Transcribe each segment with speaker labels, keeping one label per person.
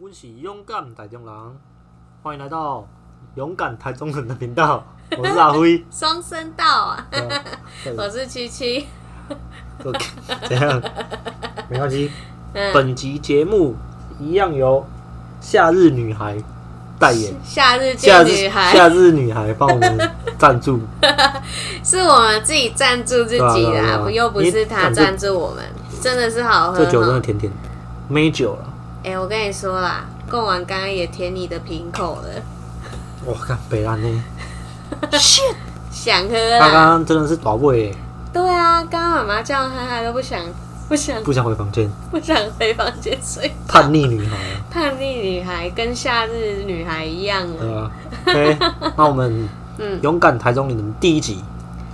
Speaker 1: 勇敢台中人，欢迎来到勇敢台中人的频道， 我是阿辉。
Speaker 2: 双声道啊，
Speaker 1: 嗯对
Speaker 2: 我是七七，
Speaker 1: OK，怎样？没关系。
Speaker 2: 嗯，
Speaker 1: 本集节目一样由夏日女孩代言，
Speaker 2: 夏日
Speaker 1: 夏
Speaker 2: 见
Speaker 1: 日
Speaker 2: 女孩
Speaker 1: 夏日女孩帮我们赞 助，
Speaker 2: 是我们自己赞助自
Speaker 1: 对
Speaker 2: 己的、
Speaker 1: 啊对啊
Speaker 2: 啊，不又不是他
Speaker 1: 因为赞
Speaker 2: 赞助我们，真的是好喝
Speaker 1: 这酒真的
Speaker 2: 哈。
Speaker 1: 甜甜，没酒了。
Speaker 2: 哎、我跟你说啦，贡丸刚刚也舔你的瓶口了，
Speaker 1: 我看北兰 呢，
Speaker 2: 想喝
Speaker 1: 他刚
Speaker 2: 啦？
Speaker 1: 刚真的是倒胃耶，
Speaker 2: 对啊，刚刚妈妈叫他，他都不想不想
Speaker 1: 不想回房间，
Speaker 2: 不想回房间睡。
Speaker 1: 叛逆女孩啊，
Speaker 2: 叛逆女孩跟夏日女孩一样啊
Speaker 1: 对
Speaker 2: 了，
Speaker 1: 吧？OK，那我们
Speaker 2: 嗯
Speaker 1: 勇敢台中你们第一集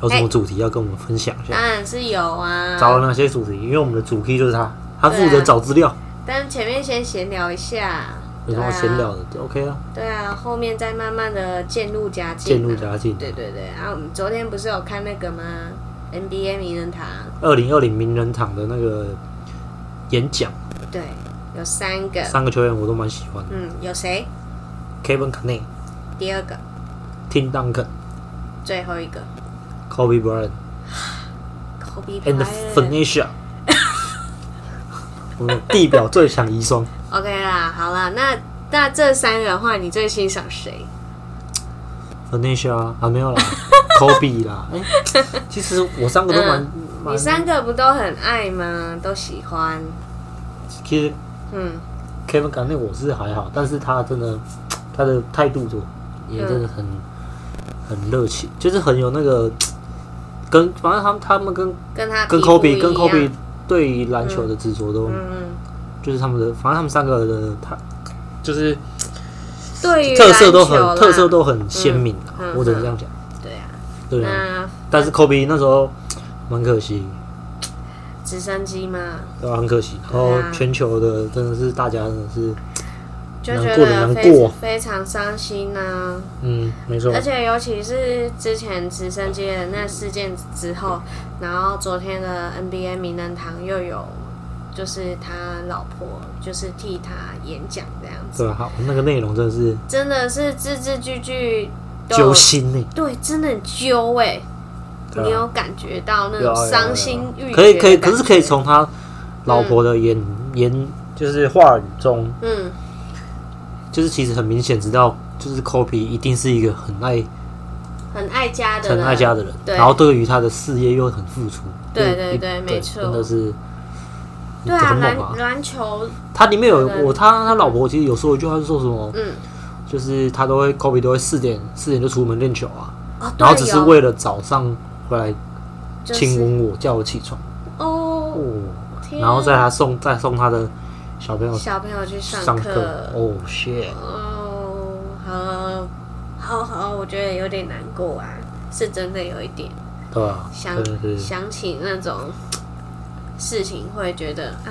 Speaker 1: 有什么主题要跟我们分享一下
Speaker 2: 当？然是有啊。
Speaker 1: 找了哪些主题？因为我们的主 key 就是他，他负责
Speaker 2: 对啊
Speaker 1: 找资料，
Speaker 2: 但前面先闲聊一下，
Speaker 1: 有什么
Speaker 2: 对啊
Speaker 1: 闲聊的就，OK 啊，
Speaker 2: 对啊，后面再慢慢的渐入佳境、啊
Speaker 1: 渐入。佳境。
Speaker 2: 对对对，啊，我们昨天不是有看那个吗？NBA 名人堂，
Speaker 1: 二零二零名人堂的那个演讲，
Speaker 2: 对，有三个，
Speaker 1: 三个球员我都蛮喜欢的
Speaker 2: 嗯，有谁？
Speaker 1: ：Kevin c a n e
Speaker 2: 第二个，
Speaker 1: Tim Duncan、
Speaker 2: 最后一个
Speaker 1: Kobe Bryant
Speaker 2: ，Kobe
Speaker 1: and
Speaker 2: Bryant。
Speaker 1: Phoenicia。我们地表最强遗孀，
Speaker 2: OK 啦，好啦，那那这三个的话，你最欣赏谁？
Speaker 1: Phoenicia 啊，没有啦，Kobe 啦。哎、其实我三个都蛮
Speaker 2: 嗯
Speaker 1: 蛮、
Speaker 2: 你三个不都很爱吗？都喜欢，
Speaker 1: 其实
Speaker 2: 嗯，
Speaker 1: Kevin 感内我是还好，但是他真的他的态度就也
Speaker 2: 嗯
Speaker 1: 真的很、很热情，就是很有那个跟反正他们他们跟
Speaker 2: 跟他
Speaker 1: 跟
Speaker 2: 皮肤
Speaker 1: Kobe 跟
Speaker 2: 一
Speaker 1: Kobe
Speaker 2: 样
Speaker 1: 对于篮球的执着都、
Speaker 2: 嗯，嗯
Speaker 1: 就是他们的，反正他们三个的他就是
Speaker 2: 对于
Speaker 1: 特色都
Speaker 2: 篮球啦
Speaker 1: 很特色都很鲜明、啊
Speaker 2: 嗯嗯
Speaker 1: 我只能这样讲，
Speaker 2: 对啊。
Speaker 1: 对啊。
Speaker 2: 那
Speaker 1: 但是 Kobe 那时候蛮可惜，
Speaker 2: 直升机嘛，
Speaker 1: 对吧、很可惜。然后
Speaker 2: 对啊
Speaker 1: 全球的真的是大家真的是，
Speaker 2: 就
Speaker 1: 难
Speaker 2: 觉
Speaker 1: 过的难
Speaker 2: 得非
Speaker 1: 过
Speaker 2: 非常伤心呐、
Speaker 1: 嗯，没错
Speaker 2: 而，且尤其是之前直升机的那事件之后，然后昨天的 NBA 名人堂又有，就是他老婆就是替他演讲这样子，
Speaker 1: 对吧、好，那个内容真的是
Speaker 2: 真的是字字句句都有
Speaker 1: 揪心呢、
Speaker 2: 对，真的很揪哎、
Speaker 1: 对啊
Speaker 2: 你有感觉到那
Speaker 1: 有啊
Speaker 2: 种
Speaker 1: 有啊
Speaker 2: 伤心欲绝的
Speaker 1: 可以可以，
Speaker 2: 感嗯
Speaker 1: 可是可以
Speaker 2: 觉
Speaker 1: 从他老婆的言、言就是话语中，
Speaker 2: 嗯
Speaker 1: 就是其实很明显知道，就是 Kobe 一定是一个很爱
Speaker 2: 很爱家的
Speaker 1: 很
Speaker 2: 人，
Speaker 1: 爱家的人，
Speaker 2: 对
Speaker 1: 然后对于他的事业又很付出，
Speaker 2: 对
Speaker 1: 就是
Speaker 2: 对
Speaker 1: 一
Speaker 2: 对没错
Speaker 1: 真的是
Speaker 2: 对啊，
Speaker 1: 很猛啊
Speaker 2: 篮。篮球哦
Speaker 1: 他里面有
Speaker 2: 对对
Speaker 1: 我他他老婆其实有说一句话，是说什么，
Speaker 2: 嗯
Speaker 1: 就是他都会 Kobe 都会四点四点就出门练球啊，
Speaker 2: 哦，
Speaker 1: 然后
Speaker 2: 对
Speaker 1: 只是
Speaker 2: 有
Speaker 1: 为了早上回来
Speaker 2: 就是
Speaker 1: 亲吻我，叫我起床
Speaker 2: 哦，
Speaker 1: 哦，
Speaker 2: 天
Speaker 1: 然后在他送再送他的小朋友
Speaker 2: 小朋友去上
Speaker 1: 上课，哦 shit，
Speaker 2: 哦，好好好，我觉得有点难过啊，是真的有一点
Speaker 1: 对吧？
Speaker 2: 想
Speaker 1: 真的是
Speaker 2: 想起那种事情，会觉得啊，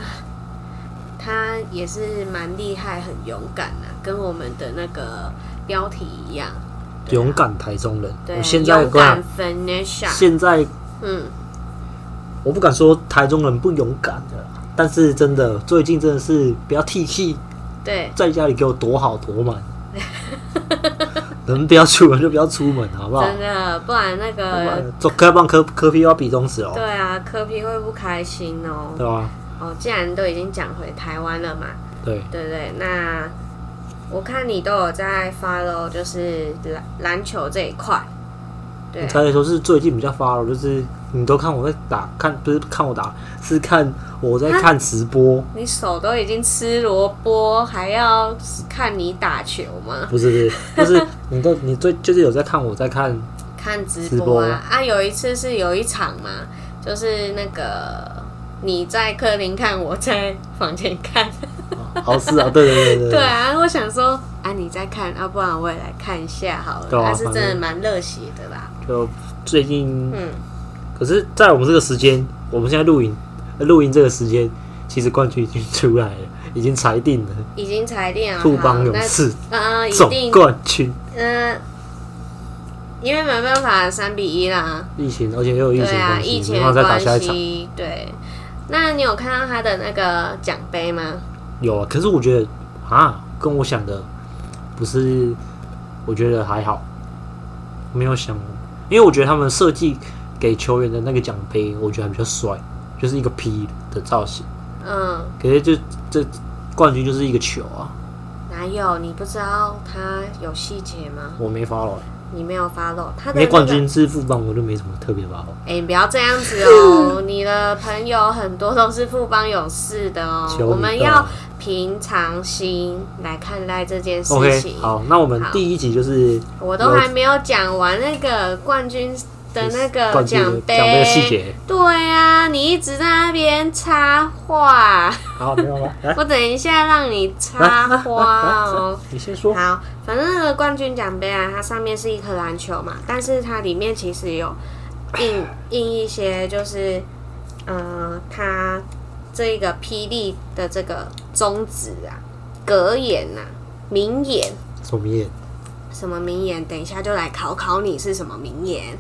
Speaker 2: 他也是蛮厉害，很勇敢啊，跟我们的那个标题一样，
Speaker 1: 勇敢台中人。
Speaker 2: 对
Speaker 1: 我
Speaker 2: 啊，
Speaker 1: 现在
Speaker 2: 勇
Speaker 1: 跟
Speaker 2: 敢
Speaker 1: 你讲
Speaker 2: Vanessa，
Speaker 1: 现在
Speaker 2: 嗯，
Speaker 1: 我不敢说台中人不勇敢的啦，但是真的最近真的是不要替气，
Speaker 2: 对，
Speaker 1: 在家里给我躲好躲 满，能不要出门就不要出门，好不好？
Speaker 2: 真的，不然那个。
Speaker 1: 做科棒科科批又要比中指哦，
Speaker 2: 对啊，科皮会不开心哦。
Speaker 1: 对吧？
Speaker 2: 哦，既然都已经讲回台湾了嘛，
Speaker 1: 对，
Speaker 2: 对不对？那我看你都有在 follow，就是篮篮球这一块，对
Speaker 1: 我，才能说是最近比较发了，就是你都看我在打，看不是看我打，是看我
Speaker 2: 啊
Speaker 1: 在看直播，
Speaker 2: 你手都已经吃萝卜，还要看你打球吗？
Speaker 1: 不是不是，就 是你都你最就是有在看我在看，
Speaker 2: 看直
Speaker 1: 直
Speaker 2: 播
Speaker 1: 播
Speaker 2: 啊！啊，有一次是有一场嘛，就是那个你在客厅看，我在房间看，
Speaker 1: 好事啊，对对对对
Speaker 2: 对啊，我想说啊你在看，啊不然我也来看一下好了，
Speaker 1: 对啊
Speaker 2: 他是真
Speaker 1: 反
Speaker 2: 的
Speaker 1: 正
Speaker 2: 蛮热血的啦，
Speaker 1: 就最近
Speaker 2: 嗯。
Speaker 1: 可是，在我们这个时间，我们现在录影，呃录音这个时间，其实冠军已经出来了，已经裁定了，
Speaker 2: 已经裁定了，
Speaker 1: 兔邦勇
Speaker 2: 嗯好
Speaker 1: 士
Speaker 2: 那呃，一
Speaker 1: 总
Speaker 2: 定，
Speaker 1: 冠军。
Speaker 2: 嗯、因为没办法，三比一啦，
Speaker 1: 疫情，而且又有疫
Speaker 2: 对
Speaker 1: 情
Speaker 2: 啊，
Speaker 1: 关
Speaker 2: 疫
Speaker 1: 系，
Speaker 2: 情
Speaker 1: 没办
Speaker 2: 的
Speaker 1: 法再打
Speaker 2: 关
Speaker 1: 下一场。
Speaker 2: 系，对。那你有看到他的那个奖杯吗？
Speaker 1: 有啊，可是我觉得啊，跟我想的不是，我觉得还好，没有想，因为我觉得他们设计给球员的那个奖杯，我觉得还比较帅，就是一个 P 的造型，
Speaker 2: 嗯，
Speaker 1: 可是就这冠军就是一个球啊，
Speaker 2: 哪有？你不知道他有细节吗？
Speaker 1: 我没 follow，、
Speaker 2: 你没有 follow 他
Speaker 1: 欸、因
Speaker 2: 的、那
Speaker 1: 为
Speaker 2: 个、
Speaker 1: 冠军是副帮，我就没什么特别 follow。
Speaker 2: 哎、你不要这样 子哦！你的朋友很多都是富邦勇士的哦
Speaker 1: 求，你
Speaker 2: 我们
Speaker 1: 了
Speaker 2: 要平常心来看待这件事
Speaker 1: OK，
Speaker 2: 情。
Speaker 1: 好，那我们
Speaker 2: 好
Speaker 1: 第一集就是
Speaker 2: 我都还没有讲完那个冠军的那个
Speaker 1: 冠军的
Speaker 2: 奖
Speaker 1: 奖杯的细。节。
Speaker 2: 对啊，你一直在那边插话，
Speaker 1: 好，没 有了，来，
Speaker 2: 我等一下让你插花 哦。
Speaker 1: 你先说。
Speaker 2: 好，反正那个冠军奖杯啊，它上面是一颗篮球嘛，但是它里面其实有印 印一些，就是呃，它这个霹雳的这个宗旨啊、格言呐、名言，啊
Speaker 1: 什么耶？
Speaker 2: 什么名言？等一下就来考考你是什么名言，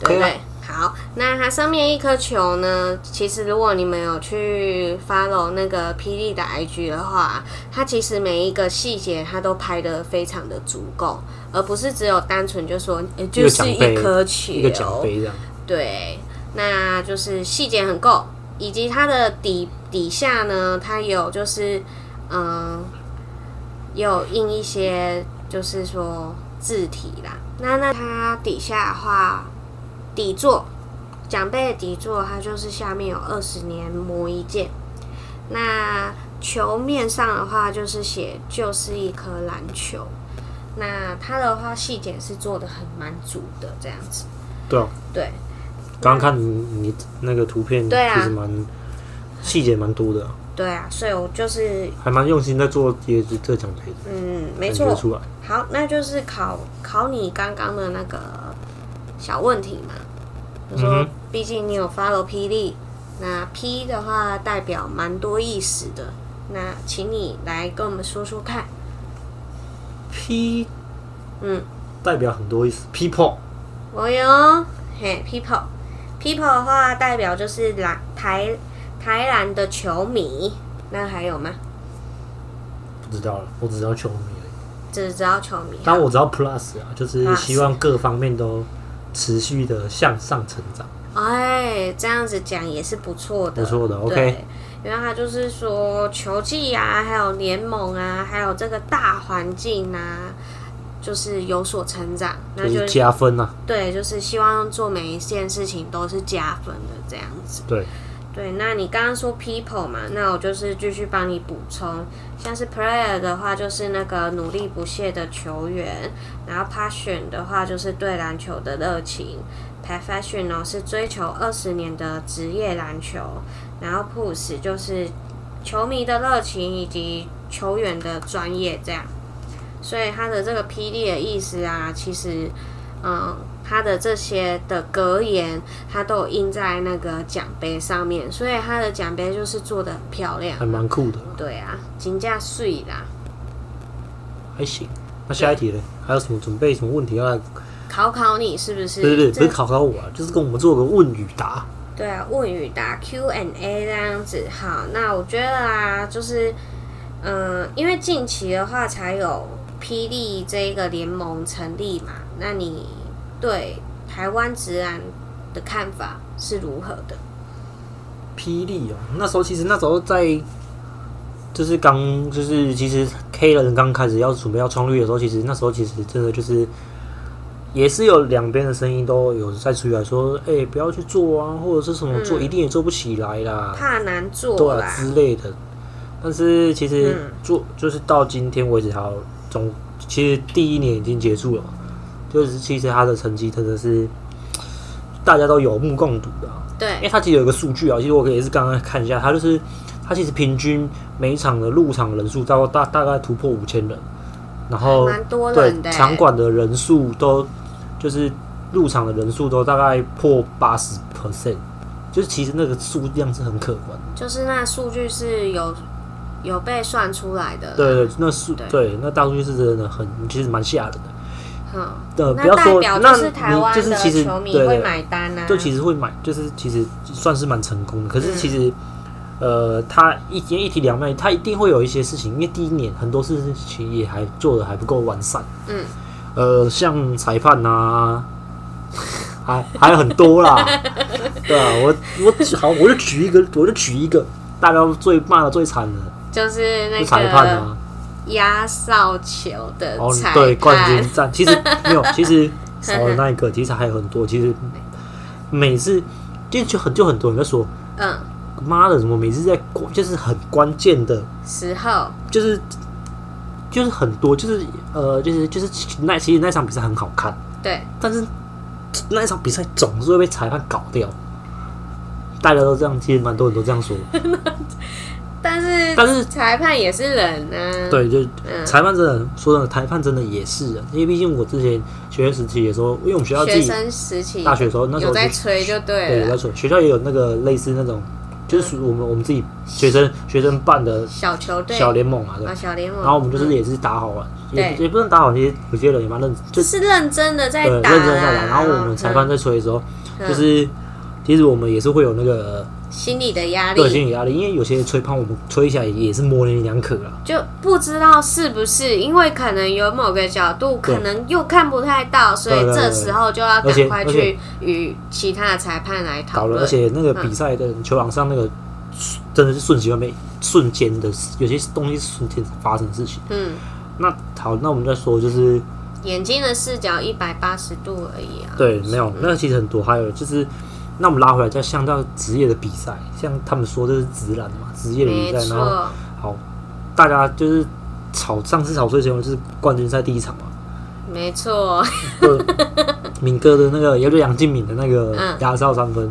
Speaker 2: 对
Speaker 1: 可以
Speaker 2: 不
Speaker 1: 啊
Speaker 2: 对？好，那它上面一颗球呢？其实如果你们有去 follow 那个霹雳的 IG 的话，它其实每一个细节它都拍的非常的足够，而不是只有单纯就说，呃
Speaker 1: 一
Speaker 2: 就
Speaker 1: 个
Speaker 2: 是
Speaker 1: 奖
Speaker 2: 一
Speaker 1: 杯
Speaker 2: 颗球，
Speaker 1: 一个奖杯这样。
Speaker 2: 对，那就是细节很够，以及它的底底下呢，它有就是嗯，有印一些就是说字体啦。那那它底下的话，底座奖杯的底座，它就是下面有二十年磨一剑。那球面上的话，就是写就是一颗篮球。那它的话细节是做的很蛮足的，这样子。
Speaker 1: 对啊，
Speaker 2: 对，
Speaker 1: 刚刚看你你那个图片，
Speaker 2: 对啊
Speaker 1: 其实蛮细节蛮多的啊，
Speaker 2: 对啊，所以我就是
Speaker 1: 还蛮用心在做椰子这奖杯的，
Speaker 2: 嗯，没
Speaker 1: 感觉
Speaker 2: 错。
Speaker 1: 出来。
Speaker 2: 好，那就是考考你刚刚的那个小问题嘛。我
Speaker 1: 嗯
Speaker 2: 说
Speaker 1: 哼，
Speaker 2: 毕竟你有 follow 霹雳，那 P 的话代表蛮多意思的。那请你来跟我们说说看。
Speaker 1: P
Speaker 2: 嗯，
Speaker 1: 代表很多意思，people
Speaker 2: 我有嘿，people people 的话代表就是篮台台篮的球迷，那还有吗？
Speaker 1: 不知道了，我只知道球迷而已。
Speaker 2: 只知道球迷。
Speaker 1: 但我知道 plus 啊，就是
Speaker 2: Plus
Speaker 1: 希望各方面都持续的向上成长。
Speaker 2: 哎，这样子讲也是不错的，
Speaker 1: 不错的
Speaker 2: 对
Speaker 1: OK
Speaker 2: 因为他就是说球技啊，还有联盟啊，还有这个大环境啊，就是有所成长，那
Speaker 1: 就
Speaker 2: 就是
Speaker 1: 加分啊，
Speaker 2: 对，就是希望做每一件事情都是加分的这样子。
Speaker 1: 对，
Speaker 2: 对，那你刚刚说 people 嘛，那我就是继续帮你补充，像是 player 的话就是那个努力不懈的球员，然后 passion 的话就是对篮球的热情，professional 是追求二十年的职业篮球，然后 push 就是球迷的热情以及球员的专业这样。所以他的这个霹雳的意思啊，其实，嗯，他的这些的格言，他都有印在那个奖杯上面，所以他的奖杯就是做的很漂亮
Speaker 1: 还。蛮酷的，
Speaker 2: 对啊，金价碎啦，
Speaker 1: 还行。那下一题呢？还有什么准备什么问题要来？不
Speaker 2: 考考你是不是？
Speaker 1: 是不是不
Speaker 2: 这
Speaker 1: 是考考我啊，就是跟我们做个问与答。
Speaker 2: 对啊，问与答 Q&A 这样子。好，那我觉得啊，就是，嗯、因为近期的话才有霹雳这一个联盟成立嘛，那你对台湾职篮的看法是如何的？
Speaker 1: 霹雳哦，那时候其实那时候在，就是刚就是其实 K 人刚开始要准备要创绿的时候，其实那时候其实真的就是也是有两边的声音都有在出来说，哎、不要去做啊，或者是什么做、
Speaker 2: 嗯
Speaker 1: 一定也做不起来啦，
Speaker 2: 怕难
Speaker 1: 对
Speaker 2: 做
Speaker 1: 啊
Speaker 2: 啦，
Speaker 1: 之类的。但是其实
Speaker 2: 嗯
Speaker 1: 做、就是到今天为止，还有总其实第一年已经结束了嘛，就是其实他的成绩真的是大家都有目共睹的啊、因为
Speaker 2: 对，
Speaker 1: 它其实有一个数据啊，其实我可以也是刚刚看一下，它就是它其实平均每一场的入场人数大大大概突破五千人，然后
Speaker 2: 蛮多
Speaker 1: 对
Speaker 2: 人的、欸，
Speaker 1: 场馆的人数都就是入场的人数都大概破八十 percent，就是其实那个数量是很可观的。
Speaker 2: 就是那数据是有有被算出来的，，
Speaker 1: 对对，那数
Speaker 2: 呃对
Speaker 1: 对那大数据是真的很其实蛮吓人的。
Speaker 2: 嗯，
Speaker 1: 呃，不
Speaker 2: 那
Speaker 1: 要
Speaker 2: 代
Speaker 1: 说
Speaker 2: 表
Speaker 1: 那
Speaker 2: 就是台
Speaker 1: 你
Speaker 2: 湾
Speaker 1: 就是
Speaker 2: 的
Speaker 1: 其实
Speaker 2: 球迷
Speaker 1: 对
Speaker 2: 会
Speaker 1: 对
Speaker 2: 买单啊，嗯
Speaker 1: 就其实会买，就是其实算是蛮成功的。可是其实呃，他一天一体两面，他一定会有一些事情，因为第一年很多事情也还做的还不够完善，
Speaker 2: 嗯，
Speaker 1: 呃，像裁判啊，还还有很多 啦，对啊，我我好，我就举一个，我就举一个，大家最骂的最惨的，
Speaker 2: 就是那
Speaker 1: 就裁判
Speaker 2: 个
Speaker 1: 啊，
Speaker 2: 压哨球的
Speaker 1: 哦，
Speaker 2: 裁
Speaker 1: 对，冠
Speaker 2: 判
Speaker 1: 军，战，其实没有，其实少了那一 个，其实还有很多，其实每次就就很就很多人在说，
Speaker 2: 嗯，
Speaker 1: 妈的，怎么每次在关就是很关键的。
Speaker 2: 时候，
Speaker 1: 就是就是很多，就是呃，就是就是那其实那场比赛很好看，
Speaker 2: 对，
Speaker 1: 但是那一场比赛总是会被裁判搞掉。大家都这样，其实蛮多人都这样 说。
Speaker 2: 但是
Speaker 1: 但是
Speaker 2: 裁判也是人呢、啊，，
Speaker 1: 对，就
Speaker 2: 嗯，
Speaker 1: 裁判真的说真的，裁判真的也是人，因为毕竟我之前学生时期也说，因为我们学校自
Speaker 2: 学
Speaker 1: 己
Speaker 2: 生时期
Speaker 1: 大学的时候，那时候
Speaker 2: 有在
Speaker 1: 就
Speaker 2: 吹啊就对
Speaker 1: 对有
Speaker 2: 了
Speaker 1: 在
Speaker 2: 啦，
Speaker 1: 吹，学校也有那个类似那种，就是属于我们我们自己学生学生办的
Speaker 2: 小球队
Speaker 1: 小联盟啊，对
Speaker 2: 啊，。小联盟，
Speaker 1: 然后我们就是
Speaker 2: 嗯
Speaker 1: 也是打好玩，也
Speaker 2: 对
Speaker 1: 也不能打好，其实有些人也蛮认，就
Speaker 2: 就是认真的在
Speaker 1: 对，认
Speaker 2: 打啊
Speaker 1: 真
Speaker 2: 啦
Speaker 1: 在打。然后我们裁判在吹的时候，
Speaker 2: 嗯
Speaker 1: 就是其实我们也是会有那个
Speaker 2: 嗯心理的压
Speaker 1: 对
Speaker 2: 力，
Speaker 1: 心理压力，因为有些吹判我们吹起来也是模棱两可啊。
Speaker 2: 就不知道是不是因为可能有某个角度，
Speaker 1: 对
Speaker 2: 可能又看不太到，所以
Speaker 1: 对对对
Speaker 2: 这时候就要
Speaker 1: 而且
Speaker 2: 赶快去与其他的裁判来讨
Speaker 1: 搞了，
Speaker 2: 论
Speaker 1: 而。且那个
Speaker 2: 嗯
Speaker 1: 比赛的球场上那个真的是瞬息万变，瞬间的有些东西是瞬间发生的事情。
Speaker 2: 嗯，
Speaker 1: 那好，那我们再说就是
Speaker 2: 眼睛的视角一百八十度而已啊。
Speaker 1: 对，没有，那个其实很多，还有就是。那我们拉回来，再像到职业的比赛，像他们说这是直男嘛，职业的比
Speaker 2: 没
Speaker 1: 赛，然后
Speaker 2: 错，
Speaker 1: 好，大家就是吵，上次吵最成功就是冠军赛第一场嘛，
Speaker 2: 没错，
Speaker 1: 就敏哥的那个，也就是杨敬敏的那个
Speaker 2: 嗯
Speaker 1: 压哨三分，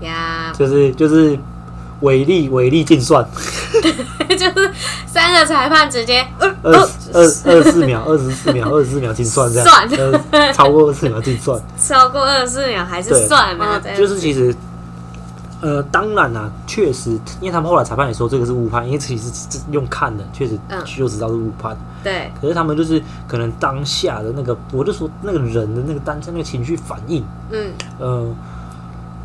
Speaker 2: 呀，
Speaker 1: 就是就是违例违例计算，
Speaker 2: 就是三个裁判直接呃
Speaker 1: 二二二十四秒、二十四 秒、二十四秒计算这样，
Speaker 2: 算
Speaker 1: 呃超过二十四秒计 算，
Speaker 2: 超过二十四秒还
Speaker 1: 对，
Speaker 2: 是算
Speaker 1: 啊
Speaker 2: 了，这样
Speaker 1: 就是其实。呃，当然啦、确实，因为他们后来裁判也说这个是误判，因为其实这用看的，确实
Speaker 2: 嗯
Speaker 1: 就知道是误判。
Speaker 2: 对，
Speaker 1: 可是他们就是可能当下的那个，我就说那个人的那个当下那个情绪反应，
Speaker 2: 嗯，
Speaker 1: 呃，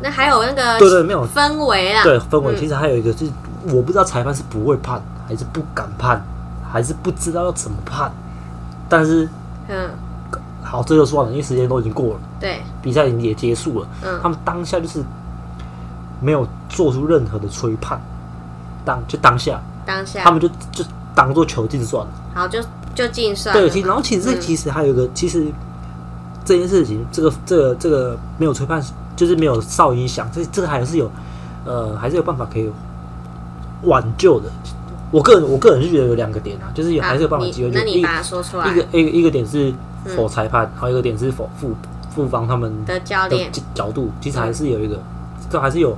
Speaker 2: 那还有那个
Speaker 1: 对对，没有
Speaker 2: 氛围啦，
Speaker 1: 对氛围。
Speaker 2: 嗯
Speaker 1: 其实还有一个就是，我不知道裁判是不会判，还是不敢判，还是不知道要怎么判。但是
Speaker 2: 嗯，
Speaker 1: 好，这就算了，因为时间都已经过了，
Speaker 2: 对，
Speaker 1: 比赛也结束了，
Speaker 2: 嗯
Speaker 1: 他们当下就是没有做出任何的吹判，当就当下
Speaker 2: 当下
Speaker 1: 他们就就当做球进算了。
Speaker 2: 好就就进算了嘛，
Speaker 1: 对，其实然后其实
Speaker 2: 嗯
Speaker 1: 其实还有一个，其实这件事情，这个这个这个没有吹判，就是没有哨音响，这这个还是有呃，还是有办法可以挽救的。我个人我个人是觉得有两个点啊，就是有、
Speaker 2: 好
Speaker 1: 还是有办法
Speaker 2: 你
Speaker 1: 机会，就
Speaker 2: 那
Speaker 1: 是
Speaker 2: 你
Speaker 1: 一
Speaker 2: 把它说出来
Speaker 1: 一。个一个一个点是
Speaker 2: 嗯
Speaker 1: 否裁判，还有一个点是否副副方他们
Speaker 2: 的教
Speaker 1: 的
Speaker 2: 练，嗯
Speaker 1: 角角度，其实还是有一个，这还是有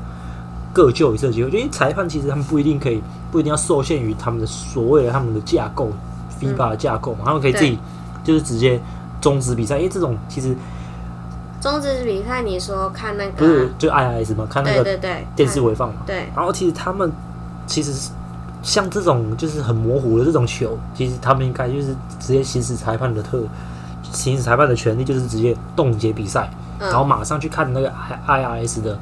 Speaker 1: 各就一次的机会。因为裁判其实他们不一定可以，不一定要受限于他们的所谓的他们的架构，FIBA
Speaker 2: 嗯
Speaker 1: 的架构嘛，他们可以自己就是直接终止比赛。因为这种其实
Speaker 2: 中职比赛你说看那个啊，
Speaker 1: 不是就 IIS 嘛，看那
Speaker 2: 对
Speaker 1: 个
Speaker 2: 对对，
Speaker 1: 电视
Speaker 2: 看
Speaker 1: 回放嘛。
Speaker 2: 对
Speaker 1: 然后其实他们其实是像这种就是很模糊的这种球，其实他们应该就是直接行使裁判的特。行使裁判的权利就是直接冻结比赛，
Speaker 2: 嗯
Speaker 1: 然后马上去看那个 IIS 的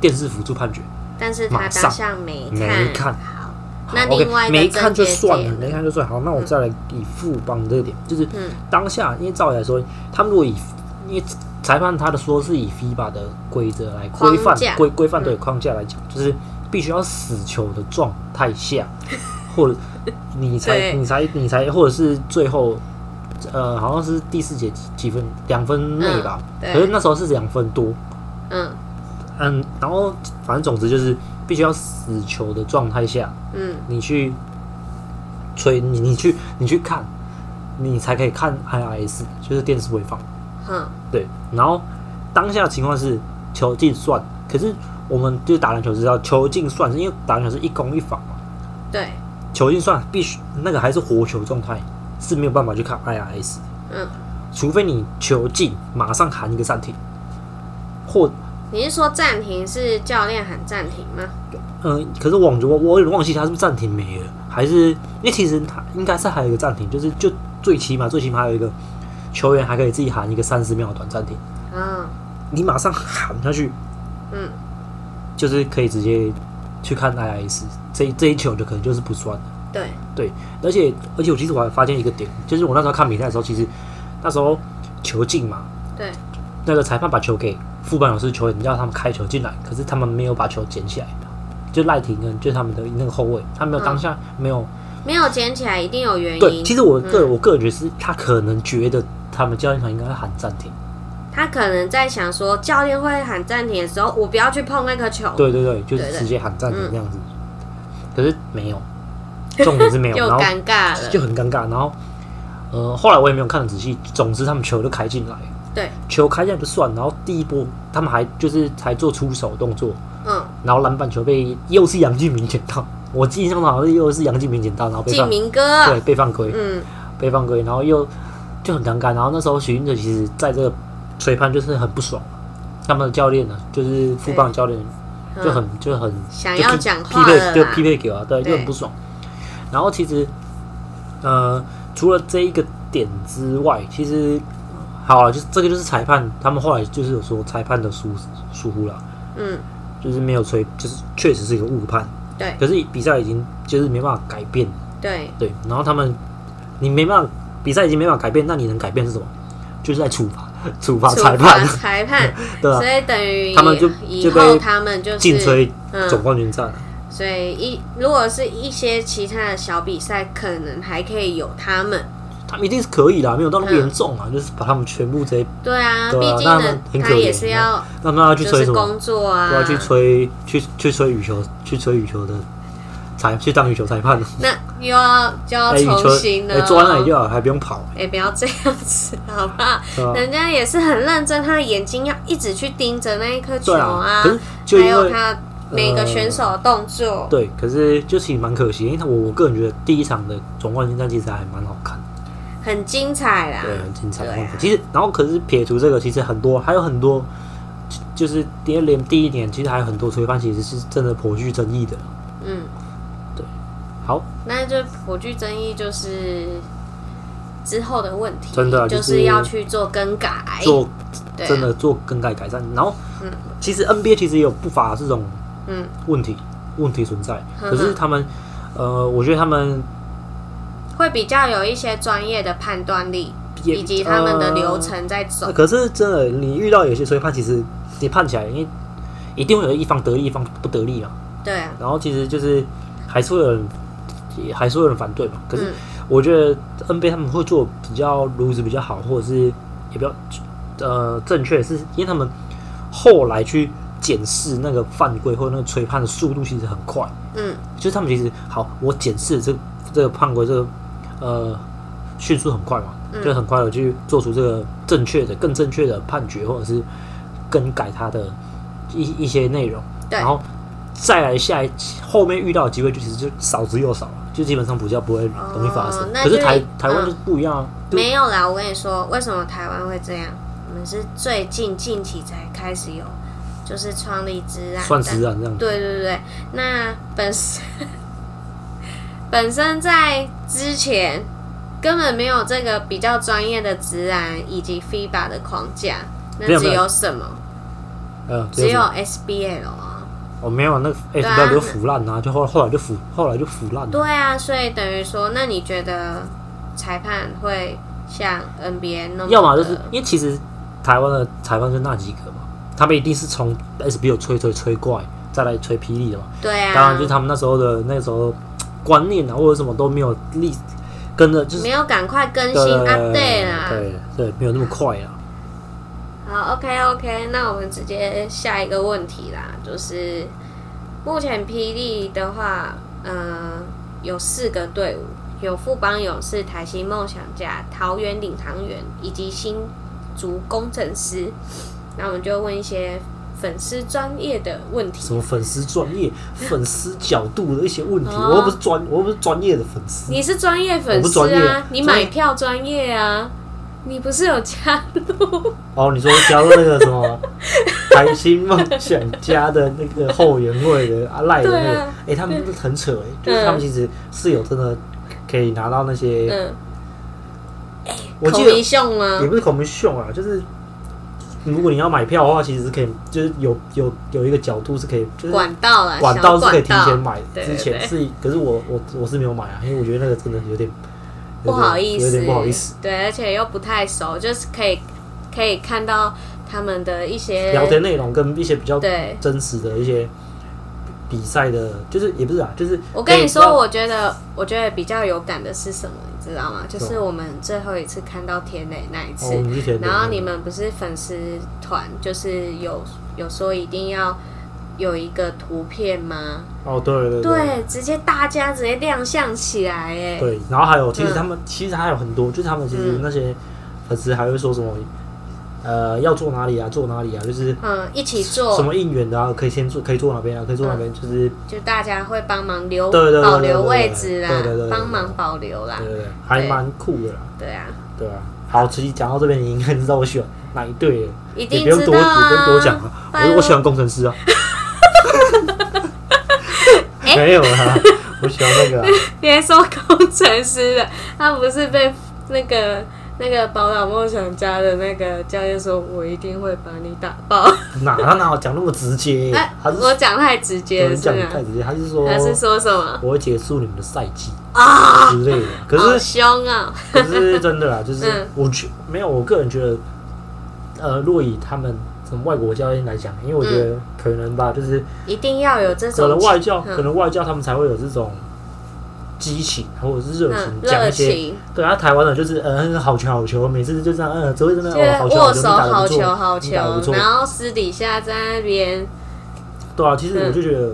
Speaker 1: 电视辅助判决。
Speaker 2: 但是他
Speaker 1: 马上
Speaker 2: 当下没看，
Speaker 1: 没看
Speaker 2: 好，
Speaker 1: 好
Speaker 2: 那
Speaker 1: OK，
Speaker 2: 另外一个
Speaker 1: 没看就
Speaker 2: 症结
Speaker 1: 算了
Speaker 2: 点，
Speaker 1: 没看就算了。好，那我再来以副帮这个点，就是
Speaker 2: 嗯
Speaker 1: 当下，因为照理来说，他们如果以因为裁判他的说是以 FIBA 的规则来规
Speaker 2: 框
Speaker 1: 范
Speaker 2: 架
Speaker 1: 规规范
Speaker 2: 嗯
Speaker 1: 对框架来讲，就是必须要死球的状态下，或 者你才
Speaker 2: 对
Speaker 1: 你才你才，或者是最后。呃，好像是第四节几几分，两分内吧。
Speaker 2: 嗯对
Speaker 1: 可是那时候是两分多，
Speaker 2: 嗯
Speaker 1: 嗯，然后反正总之就是必须要死球的状态下，
Speaker 2: 嗯，
Speaker 1: 你去吹，你你去你去看，你才可以看 IRS，就是电视回放。
Speaker 2: 哼，
Speaker 1: 对，然后当下的情况是球进算，可是我们就是打篮球知道球进算，是因为打篮球是一攻一防嘛，
Speaker 2: 对，
Speaker 1: 球进算必须那个还是活球状态，是没有办法去看 IRS，
Speaker 2: 嗯，
Speaker 1: 除非你球进马上喊一个暂停，或
Speaker 2: 你是说暂停是教练喊暂停吗？
Speaker 1: 嗯，可是网球我我有点忘记他是不是暂停没了，还是因为其实他应该是还有一个暂停，就是就最起码最起码还有一个球员还可以自己喊一个三十秒的短暂停，
Speaker 2: 嗯
Speaker 1: 啊你马上喊下去
Speaker 2: 嗯，
Speaker 1: 就是可以直接去看 IIS，这这一球就可能就是不算了。
Speaker 2: 对，
Speaker 1: 对，而且而且我其实我还发现一个点，就是我那时候看比赛的时候，其实那时候球进嘛，
Speaker 2: 对，
Speaker 1: 那个裁判把球给副班老师球员，叫他们开球进来，可是他们没有把球捡起来，就赖廷跟就是他们的那个后卫，他没有
Speaker 2: 嗯
Speaker 1: 当下没有
Speaker 2: 没有捡起来一定有原
Speaker 1: 对，
Speaker 2: 因。
Speaker 1: 其实我个人、
Speaker 2: 嗯
Speaker 1: 我个人觉得是他可能觉得他们教练团应该要喊暂停。
Speaker 2: 他可能在想说，教练会喊暂停的时候，我不要去碰那颗球。
Speaker 1: 对对对，就
Speaker 2: 哦对
Speaker 1: 是
Speaker 2: 对嗯
Speaker 1: 直接喊暂停这样子。可是没有，重点是没有，
Speaker 2: 又
Speaker 1: 然后
Speaker 2: 尴尬了。
Speaker 1: 就很尴尬。然后呃，后来我也没有看得仔细，总之他们球就开进来，
Speaker 2: 对，
Speaker 1: 球开进来就算，然后第一波他们还就是才做出手动作，
Speaker 2: 嗯，
Speaker 1: 然后篮板球被又是杨敬明捡到，我印象中好像是又是杨敬明捡到，然后被
Speaker 2: 敬
Speaker 1: 放
Speaker 2: 明哥，
Speaker 1: 对被犯规，
Speaker 2: 嗯，
Speaker 1: 被犯规，然后又就很尴尬。然后那时候许昕哲其实在这个吹判就是很不爽，他们的教练呢，就是副棒教练
Speaker 2: 嗯
Speaker 1: 就很、就很
Speaker 2: 想
Speaker 1: 就
Speaker 2: 要
Speaker 1: 批
Speaker 2: 讲
Speaker 1: 批
Speaker 2: 话了
Speaker 1: 配就
Speaker 2: 啦
Speaker 1: 匹配给我，对，就很
Speaker 2: 对
Speaker 1: 不爽。然后其实呃，除了这一个点之外，其实好了，就是这个就是裁判，他们后来就是有说裁判的疏疏忽了，
Speaker 2: 嗯，
Speaker 1: 就是没有吹，就是确实是一个误判。
Speaker 2: 对
Speaker 1: 可是比赛已经就是没办法改变了
Speaker 2: 对
Speaker 1: 对，然后他们你没办法，比赛已经没办法改变，那你能改变是什么？就是在处罚 处罚
Speaker 2: 处
Speaker 1: 裁判，
Speaker 2: 裁判，
Speaker 1: 对吧、
Speaker 2: 所以等于
Speaker 1: 他们就
Speaker 2: 以
Speaker 1: 就
Speaker 2: 后
Speaker 1: 被
Speaker 2: 他们就是
Speaker 1: 进吹
Speaker 2: 嗯
Speaker 1: 总冠军战，
Speaker 2: 所以一如果是一些其他的小比赛，可能还可以有他们。
Speaker 1: 他们一定是可以的啊，没有到那么
Speaker 2: 嗯
Speaker 1: 严重啊，就是把他们全部直接
Speaker 2: 对啊，
Speaker 1: 对
Speaker 2: 毕
Speaker 1: 啊
Speaker 2: 竟
Speaker 1: 那
Speaker 2: 呢，
Speaker 1: 很可
Speaker 2: 他也
Speaker 1: 怜
Speaker 2: 是要
Speaker 1: 啊让他去
Speaker 2: 就
Speaker 1: 吹
Speaker 2: 是
Speaker 1: 什么，
Speaker 2: 工作啊，
Speaker 1: 对啊，去吹去去吹羽球，去吹羽球的裁去当羽球裁判了，
Speaker 2: 那又要就要
Speaker 1: 哎羽球
Speaker 2: 重新啊
Speaker 1: 哎
Speaker 2: 了。
Speaker 1: 坐在那里就好，还不用跑，
Speaker 2: 哎、不要这样子， 好不好？
Speaker 1: 对啊吧？
Speaker 2: 人家也是很认真，他的眼睛要一直去盯着那一颗球
Speaker 1: 对啊，可是就
Speaker 2: 还
Speaker 1: 因
Speaker 2: 有
Speaker 1: 为呃
Speaker 2: 他每个选手的动作。
Speaker 1: 对，可是就其实蛮可惜，因为他我我个人觉得第一场的总冠军战其实还蛮好看的。
Speaker 2: 很精彩啦。
Speaker 1: 对，很精彩。
Speaker 2: 对啊
Speaker 1: 其实，然后可是撇除这个，其实很多还有很多，就就是第二年第一年，其实还有很多推翻，其实是真的颇具争议的。
Speaker 2: 嗯，
Speaker 1: 好，
Speaker 2: 那就颇具争议，就是之后的问题，
Speaker 1: 真的啊
Speaker 2: 就
Speaker 1: 就是
Speaker 2: 要去做更改，
Speaker 1: 做
Speaker 2: 对啊
Speaker 1: 真的做更改改善。然后
Speaker 2: 嗯，
Speaker 1: 其实 NBA 其实也有不乏这种
Speaker 2: 嗯
Speaker 1: 问题问题存在，
Speaker 2: 嗯
Speaker 1: 可
Speaker 2: 哼
Speaker 1: 是他们，呃，我觉得他们
Speaker 2: 会比较有一些专业的判断力，
Speaker 1: 也
Speaker 2: 以及他们的流。
Speaker 1: 呃
Speaker 2: 程在走。
Speaker 1: 可是真的，你遇到有些吹判，其实你判起来，因为一定会有一方得利，一方不得利嘛。
Speaker 2: 对啊，
Speaker 1: 然后其实就是还是会有人，也还是会有人反对嘛。可是
Speaker 2: 嗯
Speaker 1: 我觉得 NBA 他们会做比较炉子比较好，或者是也比较呃正确，是因为他们后来去检视那个犯规或者那个吹判的速度其实很快，
Speaker 2: 嗯，
Speaker 1: 就是他们其实好，我检视这这个判规这个呃迅速很快嘛，
Speaker 2: 嗯
Speaker 1: 就很快的去做出这个正确的、更正确的判决，或者是更改它的一一些内容，
Speaker 2: 对
Speaker 1: 然后再来下一后面遇到的机会就其实就少之又少了，就基本上比较不会容易发生。
Speaker 2: 哦那
Speaker 1: 可是
Speaker 2: 就
Speaker 1: 台
Speaker 2: 是
Speaker 1: 台湾
Speaker 2: 嗯
Speaker 1: 就不一样啊，就
Speaker 2: 没有啦。我跟你说，为什么台湾会这样？我们是最近近期才开始有，就是创立之案，
Speaker 1: 算自然这样子。
Speaker 2: 对对对，那本身 本身在之前根本没有这个比较专业的直男以及 FIBA 的框架，那
Speaker 1: 没有
Speaker 2: 只
Speaker 1: 没有
Speaker 2: 有什么？
Speaker 1: 呃，
Speaker 2: 只有
Speaker 1: 我
Speaker 2: SBL 啊。
Speaker 1: 哦没有那个哎，
Speaker 2: 对啊
Speaker 1: 不要就腐烂啊，就后后来就腐后来就腐烂了。
Speaker 2: 对啊，所以等于说，那你觉得裁判会像 NBA 那么的？
Speaker 1: 要么就是因为其实台湾的裁判就那几个嘛，他们一定是从 SBO 吹吹吹过来，再来吹霹雳的嘛。
Speaker 2: 对啊，
Speaker 1: 当然就是他们那时候的那时候观念啊，或者什么都没有立跟着，就是
Speaker 2: 没有赶快更
Speaker 1: 对
Speaker 2: 新
Speaker 1: 对
Speaker 2: update 啦。
Speaker 1: 对对，没有那么快啊。
Speaker 2: 好，OK OK，那我们直接下一个问题啦，就是目前霹雳的话，呃，有四个队伍，有富邦勇士、台新梦想家、桃园领航员以及新竹工程师。那我们就问一些粉丝专业的问题。
Speaker 1: 什么粉丝专业、粉丝角度的一些问题，
Speaker 2: 哦
Speaker 1: 我又不是专，我又不是专业的粉丝。
Speaker 2: 你是专业粉
Speaker 1: 我
Speaker 2: 丝
Speaker 1: 不专业
Speaker 2: 啊，你买票专业啊，你不是有加入？
Speaker 1: 哦，你说加入那个什 么台新梦想家的那个后援会的阿赖的那
Speaker 2: 对
Speaker 1: 个，哎、
Speaker 2: 啊
Speaker 1: 他们很扯哎、就是他们其实是有真的可以拿到那些，
Speaker 2: 嗯，
Speaker 1: 我
Speaker 2: 口
Speaker 1: 记
Speaker 2: 迷
Speaker 1: 得
Speaker 2: 秀吗
Speaker 1: 也？不是孔明秀啊，就是啊如果你要买票的话，其实是可以，就是有有有一个角度是可以，就是
Speaker 2: 管道啦，
Speaker 1: 管道是可以提
Speaker 2: 小
Speaker 1: 前
Speaker 2: 管道
Speaker 1: 买，
Speaker 2: 对
Speaker 1: 之
Speaker 2: 对
Speaker 1: 前
Speaker 2: 对
Speaker 1: 是，可是我我我是没有买啊，因为我觉得那个真的有点
Speaker 2: 不好意思，
Speaker 1: 有点不好意思。，
Speaker 2: 对，而且又不太熟，就是可以可以看到他们的一些
Speaker 1: 聊天内容跟一些比较
Speaker 2: 对，
Speaker 1: 真实的一些比赛的，就是也不是啊，就是
Speaker 2: 我跟你
Speaker 1: 可以
Speaker 2: 说，
Speaker 1: 让
Speaker 2: 我觉得我觉得比较有感的是什么，你知道吗？就
Speaker 1: 什
Speaker 2: 是我们最后一次看到田磊那一次，
Speaker 1: 哦，你是觉得
Speaker 2: 然后你们不是粉丝团，就是有有说一定要有一个图片吗？
Speaker 1: 哦，对对对
Speaker 2: 对，直接大家直接亮相起来，哎，
Speaker 1: 对，然后还有其实
Speaker 2: 嗯
Speaker 1: 他们、其实还有很多，就是他们其实
Speaker 2: 嗯
Speaker 1: 那些粉丝还会说什么。呃，要坐哪里啊？坐哪里啊？就是
Speaker 2: 嗯，一起
Speaker 1: 什
Speaker 2: 做，
Speaker 1: 么应援的啊，可以先坐，可以坐哪边啊，可以
Speaker 2: 嗯
Speaker 1: 坐哪边，就是
Speaker 2: 就大家会帮忙留
Speaker 1: 对对对对
Speaker 2: 保留
Speaker 1: 对对
Speaker 2: 位置啦
Speaker 1: 对对对对，
Speaker 2: 帮忙保留啦
Speaker 1: 对，对对，呃还
Speaker 2: 啊对
Speaker 1: 蛮酷的啦，
Speaker 2: 对啊，
Speaker 1: 对啊。好，其实讲到这边，你应该知道我喜欢哪一队了，
Speaker 2: 一
Speaker 1: 也
Speaker 2: 定
Speaker 1: 不用
Speaker 2: 知
Speaker 1: 多，
Speaker 2: 道
Speaker 1: 也不用
Speaker 2: 啊。
Speaker 1: 多讲啊。
Speaker 2: 拜
Speaker 1: 我
Speaker 2: 咯
Speaker 1: 我喜欢工程师 啊，
Speaker 2: 哎
Speaker 1: 没有啦，我喜欢那个啊
Speaker 2: 别说工程师了，他不是被那个那个宝岛梦想家的那个教练说，我一定会把你打爆。
Speaker 1: 哪他哪有讲那么直接
Speaker 2: 哎、？
Speaker 1: 他是
Speaker 2: 我讲太直接
Speaker 1: 有
Speaker 2: 了，
Speaker 1: 人
Speaker 2: 是
Speaker 1: 讲
Speaker 2: 吗？
Speaker 1: 太直接，他是说
Speaker 2: 他是说什么
Speaker 1: 我会结束你们的赛季
Speaker 2: 啊？
Speaker 1: 之类的。可
Speaker 2: 好
Speaker 1: 是
Speaker 2: 凶啊！
Speaker 1: 可是真的啦，就是
Speaker 2: 嗯
Speaker 1: 我觉没有，我个人觉得，呃，若以他们什么外国教练来讲，因为我觉得可能吧，就是
Speaker 2: 一定要有嗯这
Speaker 1: 可
Speaker 2: 种
Speaker 1: 能外教，
Speaker 2: 嗯
Speaker 1: 可能外教他们才会有这种激情或者是热情，
Speaker 2: 嗯
Speaker 1: 讲
Speaker 2: 热
Speaker 1: 一些。
Speaker 2: 情，
Speaker 1: 对啊，台湾的就是嗯，好球好球，每次就这样，嗯，只会这
Speaker 2: 就
Speaker 1: 边
Speaker 2: 是
Speaker 1: 哦，好球
Speaker 2: 握
Speaker 1: 好球，
Speaker 2: 手
Speaker 1: 你打得
Speaker 2: 好
Speaker 1: 不
Speaker 2: 球
Speaker 1: 错，
Speaker 2: 好
Speaker 1: 你打得不
Speaker 2: 球，
Speaker 1: 错。
Speaker 2: 然后私底下在那边
Speaker 1: 对啊，其实
Speaker 2: 嗯
Speaker 1: 我就觉得，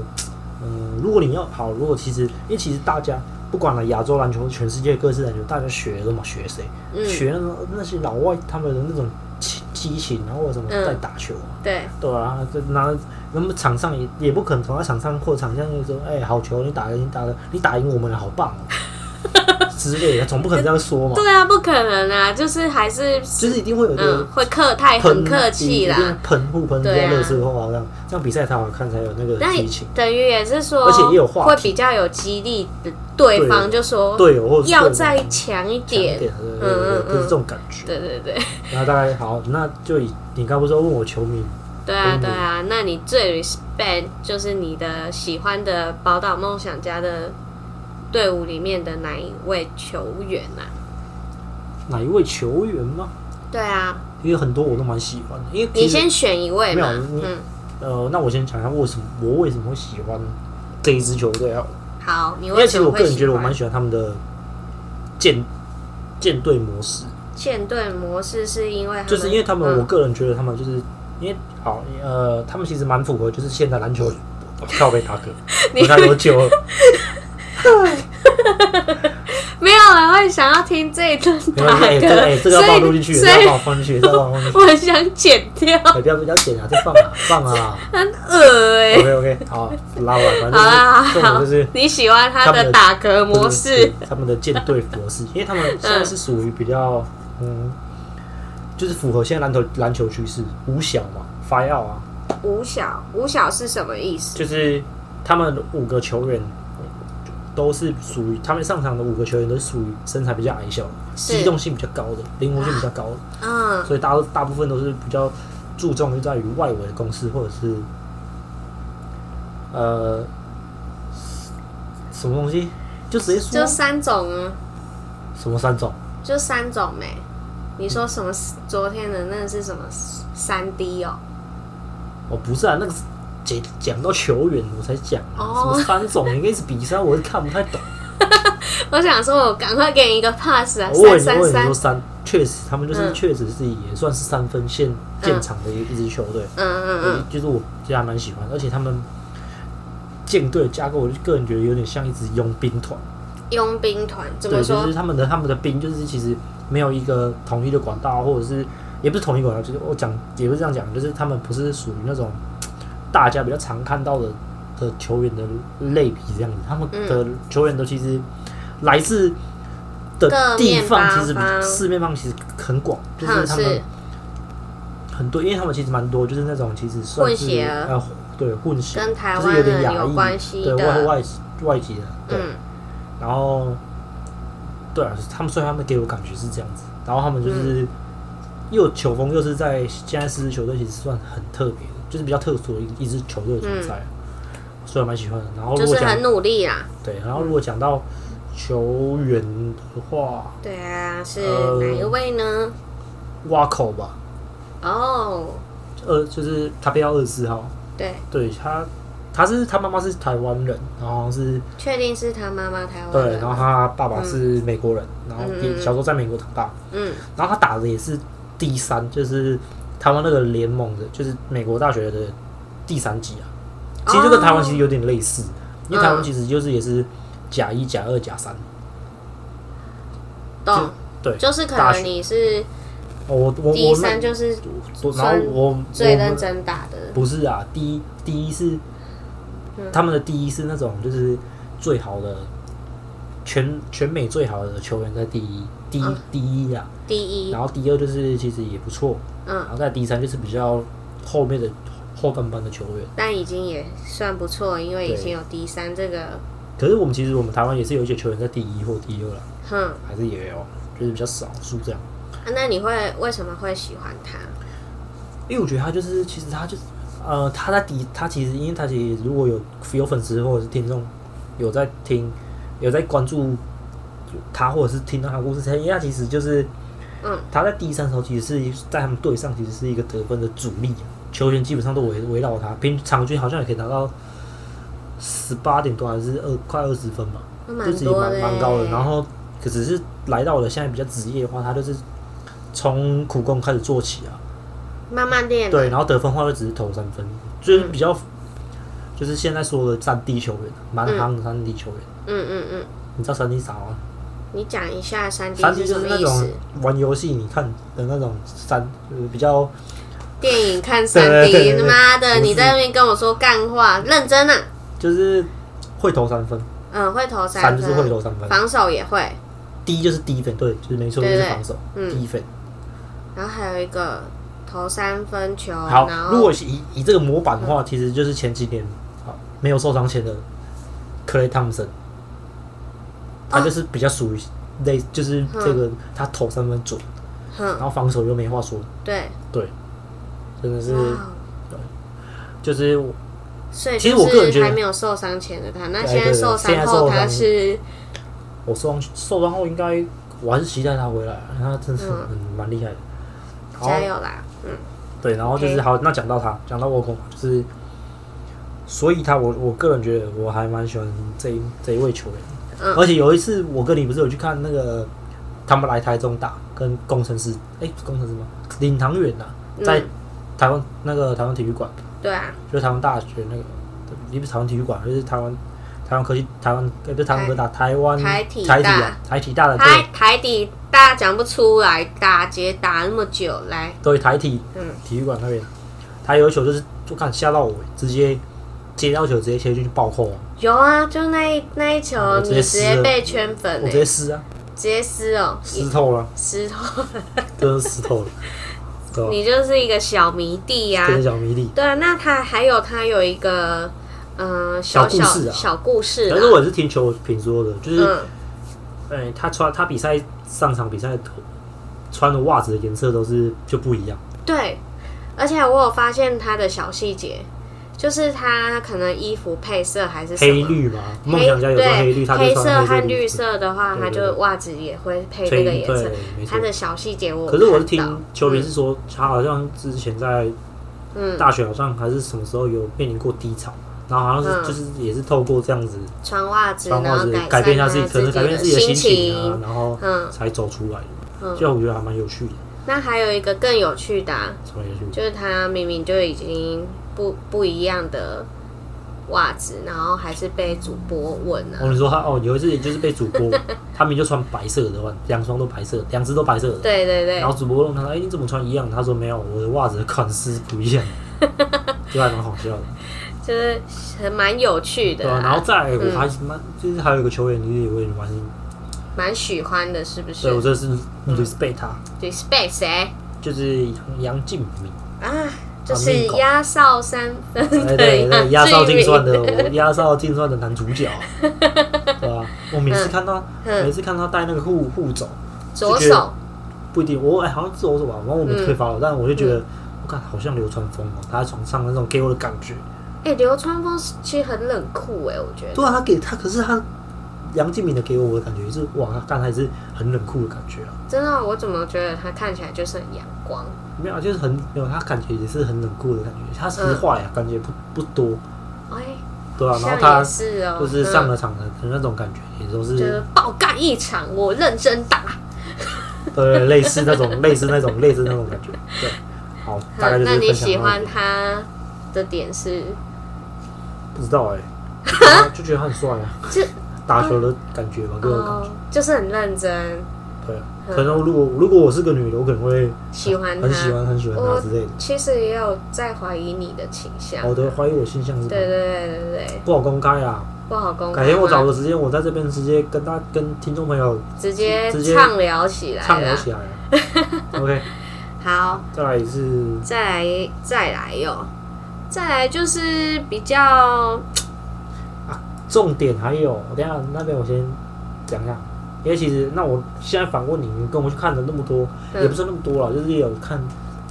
Speaker 1: 嗯、如果你要好，如果其实因为其实大家不管了亚洲篮球、全世界各式篮球，大家学的嘛，学谁？
Speaker 2: 嗯，
Speaker 1: 学那种那些老外他们的那种激激情，然后什么
Speaker 2: 嗯
Speaker 1: 在打球啊，
Speaker 2: 对，
Speaker 1: 对啊，就拿那么场上也也不可能从他场上或场下就说，哎、好球，你打的你打的你打赢我们了，好棒哦、 之类的，总不可能这样说嘛，
Speaker 2: 对啊，不可能啊，就是还是
Speaker 1: 就是一定会有一
Speaker 2: 嗯
Speaker 1: 个
Speaker 2: 会客态很
Speaker 1: 喷啊
Speaker 2: 客气啦
Speaker 1: 一，定喷互喷这
Speaker 2: 对
Speaker 1: 样
Speaker 2: 啊
Speaker 1: 热色话，这样这样比赛才好看，才有那个
Speaker 2: 那
Speaker 1: 激情。
Speaker 2: 等于也是说，
Speaker 1: 而且也有话题
Speaker 2: 会比较有激励的对方，就说
Speaker 1: 队友或者是
Speaker 2: 要
Speaker 1: 队友
Speaker 2: 再强一
Speaker 1: 点，
Speaker 2: 点嗯
Speaker 1: 对。对对对，就是这种感觉。
Speaker 2: 对对 对，
Speaker 1: 然后大概好，那就以你刚不是说问我球迷，
Speaker 2: 对啊对啊。那你最 respect 就是你的喜欢的宝岛梦想家的队伍里面的哪一位球员啊？
Speaker 1: 哪一位球员吗？
Speaker 2: 对啊，
Speaker 1: 因为很多我都蛮喜欢的，因为
Speaker 2: 你
Speaker 1: 其实
Speaker 2: 先选一位嘛。
Speaker 1: 没有你
Speaker 2: 嗯，
Speaker 1: 呃，那我先讲一下为什么我为什么会喜欢这一支球队啊？
Speaker 2: 好，你
Speaker 1: 因为
Speaker 2: 为
Speaker 1: 其
Speaker 2: 什
Speaker 1: 实
Speaker 2: 么
Speaker 1: 我个
Speaker 2: 会
Speaker 1: 人觉
Speaker 2: 喜
Speaker 1: 得我
Speaker 2: 欢
Speaker 1: 蛮？喜欢他们的舰舰队模式，
Speaker 2: 舰队模式是因为他们
Speaker 1: 就是因为他们，我
Speaker 2: 嗯
Speaker 1: 个人觉得他们就是因为好呃，他们其实蛮符合就是现在篮球靠背打嗝，
Speaker 2: 你
Speaker 1: 我看多久了？
Speaker 2: 没有人会想要听这一段
Speaker 1: 没关
Speaker 2: 打
Speaker 1: 系，哎、这个哎、
Speaker 2: 嗝，
Speaker 1: 这个要
Speaker 2: 所
Speaker 1: 放
Speaker 2: 以
Speaker 1: 录进去，这
Speaker 2: 所
Speaker 1: 个要
Speaker 2: 以
Speaker 1: 放放进去，这个要 放进去。
Speaker 2: 我想剪掉，
Speaker 1: 哎，不要不要剪啊，再放啊，放啊。
Speaker 2: 很恶哎、
Speaker 1: OK OK，好，拉回来，
Speaker 2: 好啦
Speaker 1: 反正就是重点就是
Speaker 2: 你喜欢他的打嗝模式，嗯
Speaker 1: 他们的舰队模式，因为他们现在是属于比较嗯，就是符合现在篮球篮球趋势，五小嘛，发要啊，
Speaker 2: 五小五小是什么意思？
Speaker 1: 就是他们五个球员。都是属于他们上场的五个球员都是属于身材比较矮小的，
Speaker 2: 是
Speaker 1: 机动性比较高的，灵活性比较高的，
Speaker 2: 嗯，
Speaker 1: 所以大大部分都是比较注重于在于外围的攻势，或者是呃什么东西，就直接说
Speaker 2: 就
Speaker 1: 啊
Speaker 2: 三种啊，
Speaker 1: 什么三种，
Speaker 2: 就三种没、你说什么？昨天的那个是什么？三 D 哦，
Speaker 1: 哦不是啊，那个是讲讲到球员我才讲、啊
Speaker 2: 哦
Speaker 1: 什么三种， 你跟一直比赛，我是看不太懂。
Speaker 2: 我想说，我赶快给你一个 pass 啊，
Speaker 1: 我也
Speaker 2: 三
Speaker 1: 我
Speaker 2: 三
Speaker 1: 也
Speaker 2: 三
Speaker 1: 说，三，确实他们就是
Speaker 2: 嗯
Speaker 1: 确实是也算是三分线建厂的一一支球队。
Speaker 2: 嗯嗯
Speaker 1: 我
Speaker 2: 嗯，
Speaker 1: 就是我其实还蛮喜欢，而且他们舰队的架构，我就个人觉得有点像一支佣兵团。
Speaker 2: 佣兵团怎
Speaker 1: 对，
Speaker 2: 么
Speaker 1: 就
Speaker 2: 说
Speaker 1: 是？他们的他们的兵，就是其实没有一个统一的管道，或者是也不是统一管道，就是我讲也不是这样讲，就是他们不是属于那种大家比较常看到的的球员的类比这样子，他们
Speaker 2: 嗯
Speaker 1: 的球员都其实来自的
Speaker 2: 各
Speaker 1: 地
Speaker 2: 面
Speaker 1: 方
Speaker 2: 八
Speaker 1: 其实比
Speaker 2: 方
Speaker 1: 四面方其实很广，就
Speaker 2: 嗯
Speaker 1: 是他们
Speaker 2: 是
Speaker 1: 很多，因为他们其实蛮多，就是那种其实算是
Speaker 2: 嗯混血儿
Speaker 1: 呃对混血，
Speaker 2: 跟台
Speaker 1: 就是
Speaker 2: 湾
Speaker 1: 有点
Speaker 2: 人
Speaker 1: 亚
Speaker 2: 有关
Speaker 1: 裔，
Speaker 2: 系
Speaker 1: 对外
Speaker 2: 的，
Speaker 1: 外外籍的，对。
Speaker 2: 嗯
Speaker 1: 然
Speaker 2: 嗯
Speaker 1: 后，对啊，他们所以他们给我感觉是这样子，然后他们就是因为我球风又是在现在四支球队其实算很特别的，就是比较特殊的一一支球队的存在，所以我蛮喜欢的。然后如
Speaker 2: 嗯就
Speaker 1: 果
Speaker 2: 是
Speaker 1: 讲
Speaker 2: 很努力啦。
Speaker 1: 对，然后如果讲到球员的话，
Speaker 2: 对啊，是
Speaker 1: 呃
Speaker 2: 哪一位呢？
Speaker 1: 挖口吧，
Speaker 2: 哦，
Speaker 1: 二就是他被到二十四号，
Speaker 2: 对，
Speaker 1: 对他，他是他妈妈是台湾人，然后好像是
Speaker 2: 确定是他妈妈台湾
Speaker 1: 对，
Speaker 2: 人嗯
Speaker 1: 然后
Speaker 2: 吗
Speaker 1: 他爸爸是美国人，然后也小时候在美国长大，
Speaker 2: 嗯
Speaker 1: 然后他打的也是第三，就是台湾那个联盟的，就是美国大学的第三级啊。其实就跟台湾其实有点类似，因为台湾其实就是也是甲一、甲二、甲三。
Speaker 2: 懂，
Speaker 1: 对，
Speaker 2: 哦就是可
Speaker 1: 大学
Speaker 2: 能你是
Speaker 1: 我我我
Speaker 2: 第
Speaker 1: 那
Speaker 2: 三就是
Speaker 1: 我然后我我
Speaker 2: 最认
Speaker 1: 们
Speaker 2: 真打的，
Speaker 1: 不是啊，第一第一是
Speaker 2: 嗯
Speaker 1: 他们的第一是那种就是最好的全全美最好的球员在第一第一、
Speaker 2: 嗯
Speaker 1: 第一啊，
Speaker 2: 第一
Speaker 1: 然，后第二就是其实也不错，然
Speaker 2: 嗯，
Speaker 1: 后在第三就是比较后面的后半班的球员。
Speaker 2: 但已经也算不错，因为已
Speaker 1: 对
Speaker 2: 经有第三这个，
Speaker 1: 可是我们其实我们台湾也是有一些球员在第一或第二啦，
Speaker 2: 哼、啊
Speaker 1: 还是也有，就是比较少数这样。
Speaker 2: 那你会为什么会喜欢他？
Speaker 1: 因为我觉得他就是，其实他就是，呃，他在底，他其实，因为他其实如果有有粉丝或者是听众有在听，有在关注他，或者是听到他的故事，因为他其实就是
Speaker 2: 嗯，
Speaker 1: 他在第一三时候，其实是在他们队上其实是一个得分的主力，球员基本上都围围绕他，平常均好像也可以拿到十八点多还是二快二十分吧。
Speaker 2: 那
Speaker 1: 就
Speaker 2: 蛮
Speaker 1: 是也
Speaker 2: 多
Speaker 1: 蛮
Speaker 2: 的耶，
Speaker 1: 蛮高的。然后可只是来到了现在比较职业化，他就是从苦工开始做起啊。
Speaker 2: 慢慢练，啊
Speaker 1: 对，，然后得分的话就只是投三分，就是比
Speaker 2: 嗯
Speaker 1: 较、就是现在说的战地球员，蛮夯的战地球员。
Speaker 2: 嗯嗯嗯，
Speaker 1: 你知道三 D 啥吗？
Speaker 2: 你讲一下三 D
Speaker 1: 三 D 就
Speaker 2: 是什
Speaker 1: 是
Speaker 2: 么
Speaker 1: 那
Speaker 2: 意
Speaker 1: 种
Speaker 2: 思？
Speaker 1: 玩游戏你看的那种三，就是比较
Speaker 2: 电影看三
Speaker 1: 对对
Speaker 2: D，
Speaker 1: 对
Speaker 2: 他妈的，
Speaker 1: 不是
Speaker 2: 你在那边跟我说干话，认真啊！
Speaker 1: 就是会投三分，
Speaker 2: 嗯，会投
Speaker 1: 三
Speaker 2: 三
Speaker 1: 就是会
Speaker 2: 分，
Speaker 1: 投三分，
Speaker 2: 防守也会，
Speaker 1: 低就是低分，对，就是没错，就
Speaker 2: 对
Speaker 1: 是
Speaker 2: 对
Speaker 1: 防守
Speaker 2: 嗯
Speaker 1: 低分。
Speaker 2: 然后还有一个投三分球，
Speaker 1: 好
Speaker 2: 哦然，
Speaker 1: 如
Speaker 2: 后
Speaker 1: 果是以以这个模板的话，其实就是前几年好没有受伤前的克雷汤普
Speaker 2: 哦
Speaker 1: 森，他就是比较属于类，就是这
Speaker 2: 嗯
Speaker 1: 个他投三分准，然
Speaker 2: 哼，
Speaker 1: 后防守又没话说，
Speaker 2: 嗯对，
Speaker 1: 真的是
Speaker 2: 哇
Speaker 1: 就是
Speaker 2: 所以
Speaker 1: 其实我个人
Speaker 2: 就
Speaker 1: 觉
Speaker 2: 是
Speaker 1: 得
Speaker 2: 还没有受伤前的他，那
Speaker 1: 对
Speaker 2: 现在
Speaker 1: 对对
Speaker 2: 受
Speaker 1: 现在
Speaker 2: 伤后
Speaker 1: 受伤
Speaker 2: 他是
Speaker 1: 我受伤受伤后应该我还是期待他回来，因为他真的是很蛮厉害的。好
Speaker 2: 嗯加油啦，嗯，
Speaker 1: 对，然后就是
Speaker 2: OK
Speaker 1: 好，那讲到他，讲到沃空，就是，所以他我我个人觉得我还蛮喜欢这一这一位球员，
Speaker 2: 嗯
Speaker 1: 而且有一次我跟你不是有去看那个他们来台中打跟工程师，哎、工程师吗？领航员呐、
Speaker 2: 嗯
Speaker 1: 在台湾那个台湾体育馆，
Speaker 2: 对啊，
Speaker 1: 就是台湾大学那个，也不是台湾体育馆，就是台湾台湾科技台湾，哎、不是台湾科大，台湾
Speaker 2: 台体
Speaker 1: 台体
Speaker 2: 大
Speaker 1: 啊，台体大的
Speaker 2: 台
Speaker 1: 对
Speaker 2: 台底大家讲不出来，打结打那么久，来，
Speaker 1: 对台体
Speaker 2: 嗯，
Speaker 1: 体育馆那边，他有一球就是就看吓到我，直接接到球直接切进去暴扣啊，
Speaker 2: 有啊，就那一那一球，
Speaker 1: 我直接
Speaker 2: 你直
Speaker 1: 撕
Speaker 2: 接
Speaker 1: 了
Speaker 2: 被圈粉
Speaker 1: 我
Speaker 2: 欸
Speaker 1: 直接撕啊，
Speaker 2: 直接撕哦，
Speaker 1: 撕透了，
Speaker 2: 石头，
Speaker 1: 真的撕透了，对吧？
Speaker 2: 你就是一个小迷弟呀、
Speaker 1: 跟着小迷弟。
Speaker 2: 对啊，那他还有他有一个呃小
Speaker 1: 小
Speaker 2: 小
Speaker 1: 故事啊
Speaker 2: 小故事啦
Speaker 1: 但是我也是听球评说的，就是，
Speaker 2: 嗯，
Speaker 1: 哎、他穿他比赛上场比赛的穿的袜子的颜色都是就不一样，
Speaker 2: 对，而且我有发现他的小细节，就是他可能衣服配色还是什
Speaker 1: 黑
Speaker 2: 么。
Speaker 1: 绿嘛，
Speaker 2: 黑
Speaker 1: 梦想家有时候
Speaker 2: 对
Speaker 1: 黑绿，他就
Speaker 2: 黑
Speaker 1: 穿
Speaker 2: 色
Speaker 1: 黑
Speaker 2: 和绿
Speaker 1: 色
Speaker 2: 色的话，
Speaker 1: 对
Speaker 2: 他
Speaker 1: 对
Speaker 2: 就
Speaker 1: 对
Speaker 2: 袜子也会配
Speaker 1: 黑
Speaker 2: 那个颜色
Speaker 1: 对。，没错
Speaker 2: 他。的小细节我有
Speaker 1: 可是我是
Speaker 2: 看到
Speaker 1: 听球评是说，他好像之前在
Speaker 2: 嗯
Speaker 1: 大学好像还是什么时候有面临过低潮，然后好像是就是也是透过这样子
Speaker 2: 穿袜子，
Speaker 1: 穿
Speaker 2: 嗯然
Speaker 1: 袜
Speaker 2: 后
Speaker 1: 子
Speaker 2: 改
Speaker 1: 改变一下自
Speaker 2: 善
Speaker 1: 己，
Speaker 2: 他
Speaker 1: 可能改变自己
Speaker 2: 的
Speaker 1: 的心
Speaker 2: 心
Speaker 1: 情啊，然后
Speaker 2: 嗯
Speaker 1: 才走出来的。
Speaker 2: 嗯，
Speaker 1: 这样我觉得还蛮有趣的，
Speaker 2: 那还有一个更有趣的啊、
Speaker 1: 什么有趣？
Speaker 2: 就是他明明就已经不不一样的袜子，然后还是被主播问啊。
Speaker 1: 我跟你说他哦，有一次也就是被主 播，他们就穿白色的袜，两双都白色，两只都白色的。
Speaker 2: 对对对
Speaker 1: 然，后主播问他，哎、你怎么穿一样？他说没有，我的袜子的款式不一 样，就还蛮好笑的，
Speaker 2: 就是很蛮有趣
Speaker 1: 对
Speaker 2: 的
Speaker 1: 吧、
Speaker 2: 啊、
Speaker 1: 然后再来
Speaker 2: 嗯
Speaker 1: 我还蛮、就是还有一个球员，你也会蛮，
Speaker 2: 蛮喜欢的，是不哎
Speaker 1: 对我
Speaker 2: 是嗯
Speaker 1: 真的是 respect 他，
Speaker 2: ？respect 谁
Speaker 1: 就是杨杨敬敏。
Speaker 2: 啊？就
Speaker 1: 啊
Speaker 2: 是
Speaker 1: 命狗
Speaker 2: 压哨三分啊
Speaker 1: 哎，
Speaker 2: 的
Speaker 1: 对对，
Speaker 2: 杨
Speaker 1: 压哨
Speaker 2: 志
Speaker 1: 竞算的，
Speaker 2: 明
Speaker 1: 我 压哨竞算的男主角，啊对吧、我每次看到，
Speaker 2: 嗯
Speaker 1: 每次看他带那个护护肘，
Speaker 2: 左
Speaker 1: 就觉得
Speaker 2: 手
Speaker 1: 不一定，我哎、好像是欧洲吧，然后我没
Speaker 2: 嗯
Speaker 1: 退发了，但我就觉得，我看好像流川枫哦，他在床上那种给我的感觉，
Speaker 2: 哎、流川枫是其实很冷酷哎、我觉得。
Speaker 1: 对啊，他给他，可是他杨敬敏的给我的感觉是哇，他但他也是很冷酷的感觉啊，
Speaker 2: 真的，我怎么觉得他看起来就是很阳光？
Speaker 1: 没有啊，就是很没有，他感觉也是很冷酷的感觉，他实话呀，感觉不不多，
Speaker 2: 哎、
Speaker 1: 对啊，然后
Speaker 2: 嗯像也
Speaker 1: 他
Speaker 2: 是哦、
Speaker 1: 就是上
Speaker 2: 嗯
Speaker 1: 了场的那种感觉，也都是
Speaker 2: 就是爆干一场，我认真打。
Speaker 1: 对，类似那种，类似那种，类似那种感觉。对，好， 大概就是
Speaker 2: 嗯那你
Speaker 1: 分享
Speaker 2: 喜
Speaker 1: 到
Speaker 2: 欢
Speaker 1: 这
Speaker 2: 他的点是，
Speaker 1: 不知道 哎、欸，就觉得他很帅啊，
Speaker 2: 这
Speaker 1: 打球的感觉吧，给我的感
Speaker 2: 哦
Speaker 1: 觉。，
Speaker 2: 就是很认真，
Speaker 1: 对啊，
Speaker 2: 嗯
Speaker 1: 可能如果如果我是个女的，我可能会
Speaker 2: 喜欢他。哦
Speaker 1: 很喜欢很喜欢他
Speaker 2: 我
Speaker 1: 之类的。
Speaker 2: 其实也有在怀疑你的倾向。
Speaker 1: 好的，怀疑我性向是吧
Speaker 2: 对对对对对，
Speaker 1: 不好公开啊，
Speaker 2: 不好公
Speaker 1: 改
Speaker 2: 开吗。
Speaker 1: 天我找个时间，我在这边直接跟大跟听众朋友
Speaker 2: 直接
Speaker 1: 直接
Speaker 2: 畅聊起来
Speaker 1: 畅聊
Speaker 2: 了。
Speaker 1: 起来啊。OK，
Speaker 2: 好，
Speaker 1: 再来一次，
Speaker 2: 再来再来哟、再来就是比较
Speaker 1: 重点还有，等一下那边我先讲一下，因为其实那我现在反问你，你跟我去看了那么多，
Speaker 2: 嗯
Speaker 1: 也不是那么多了，就是有看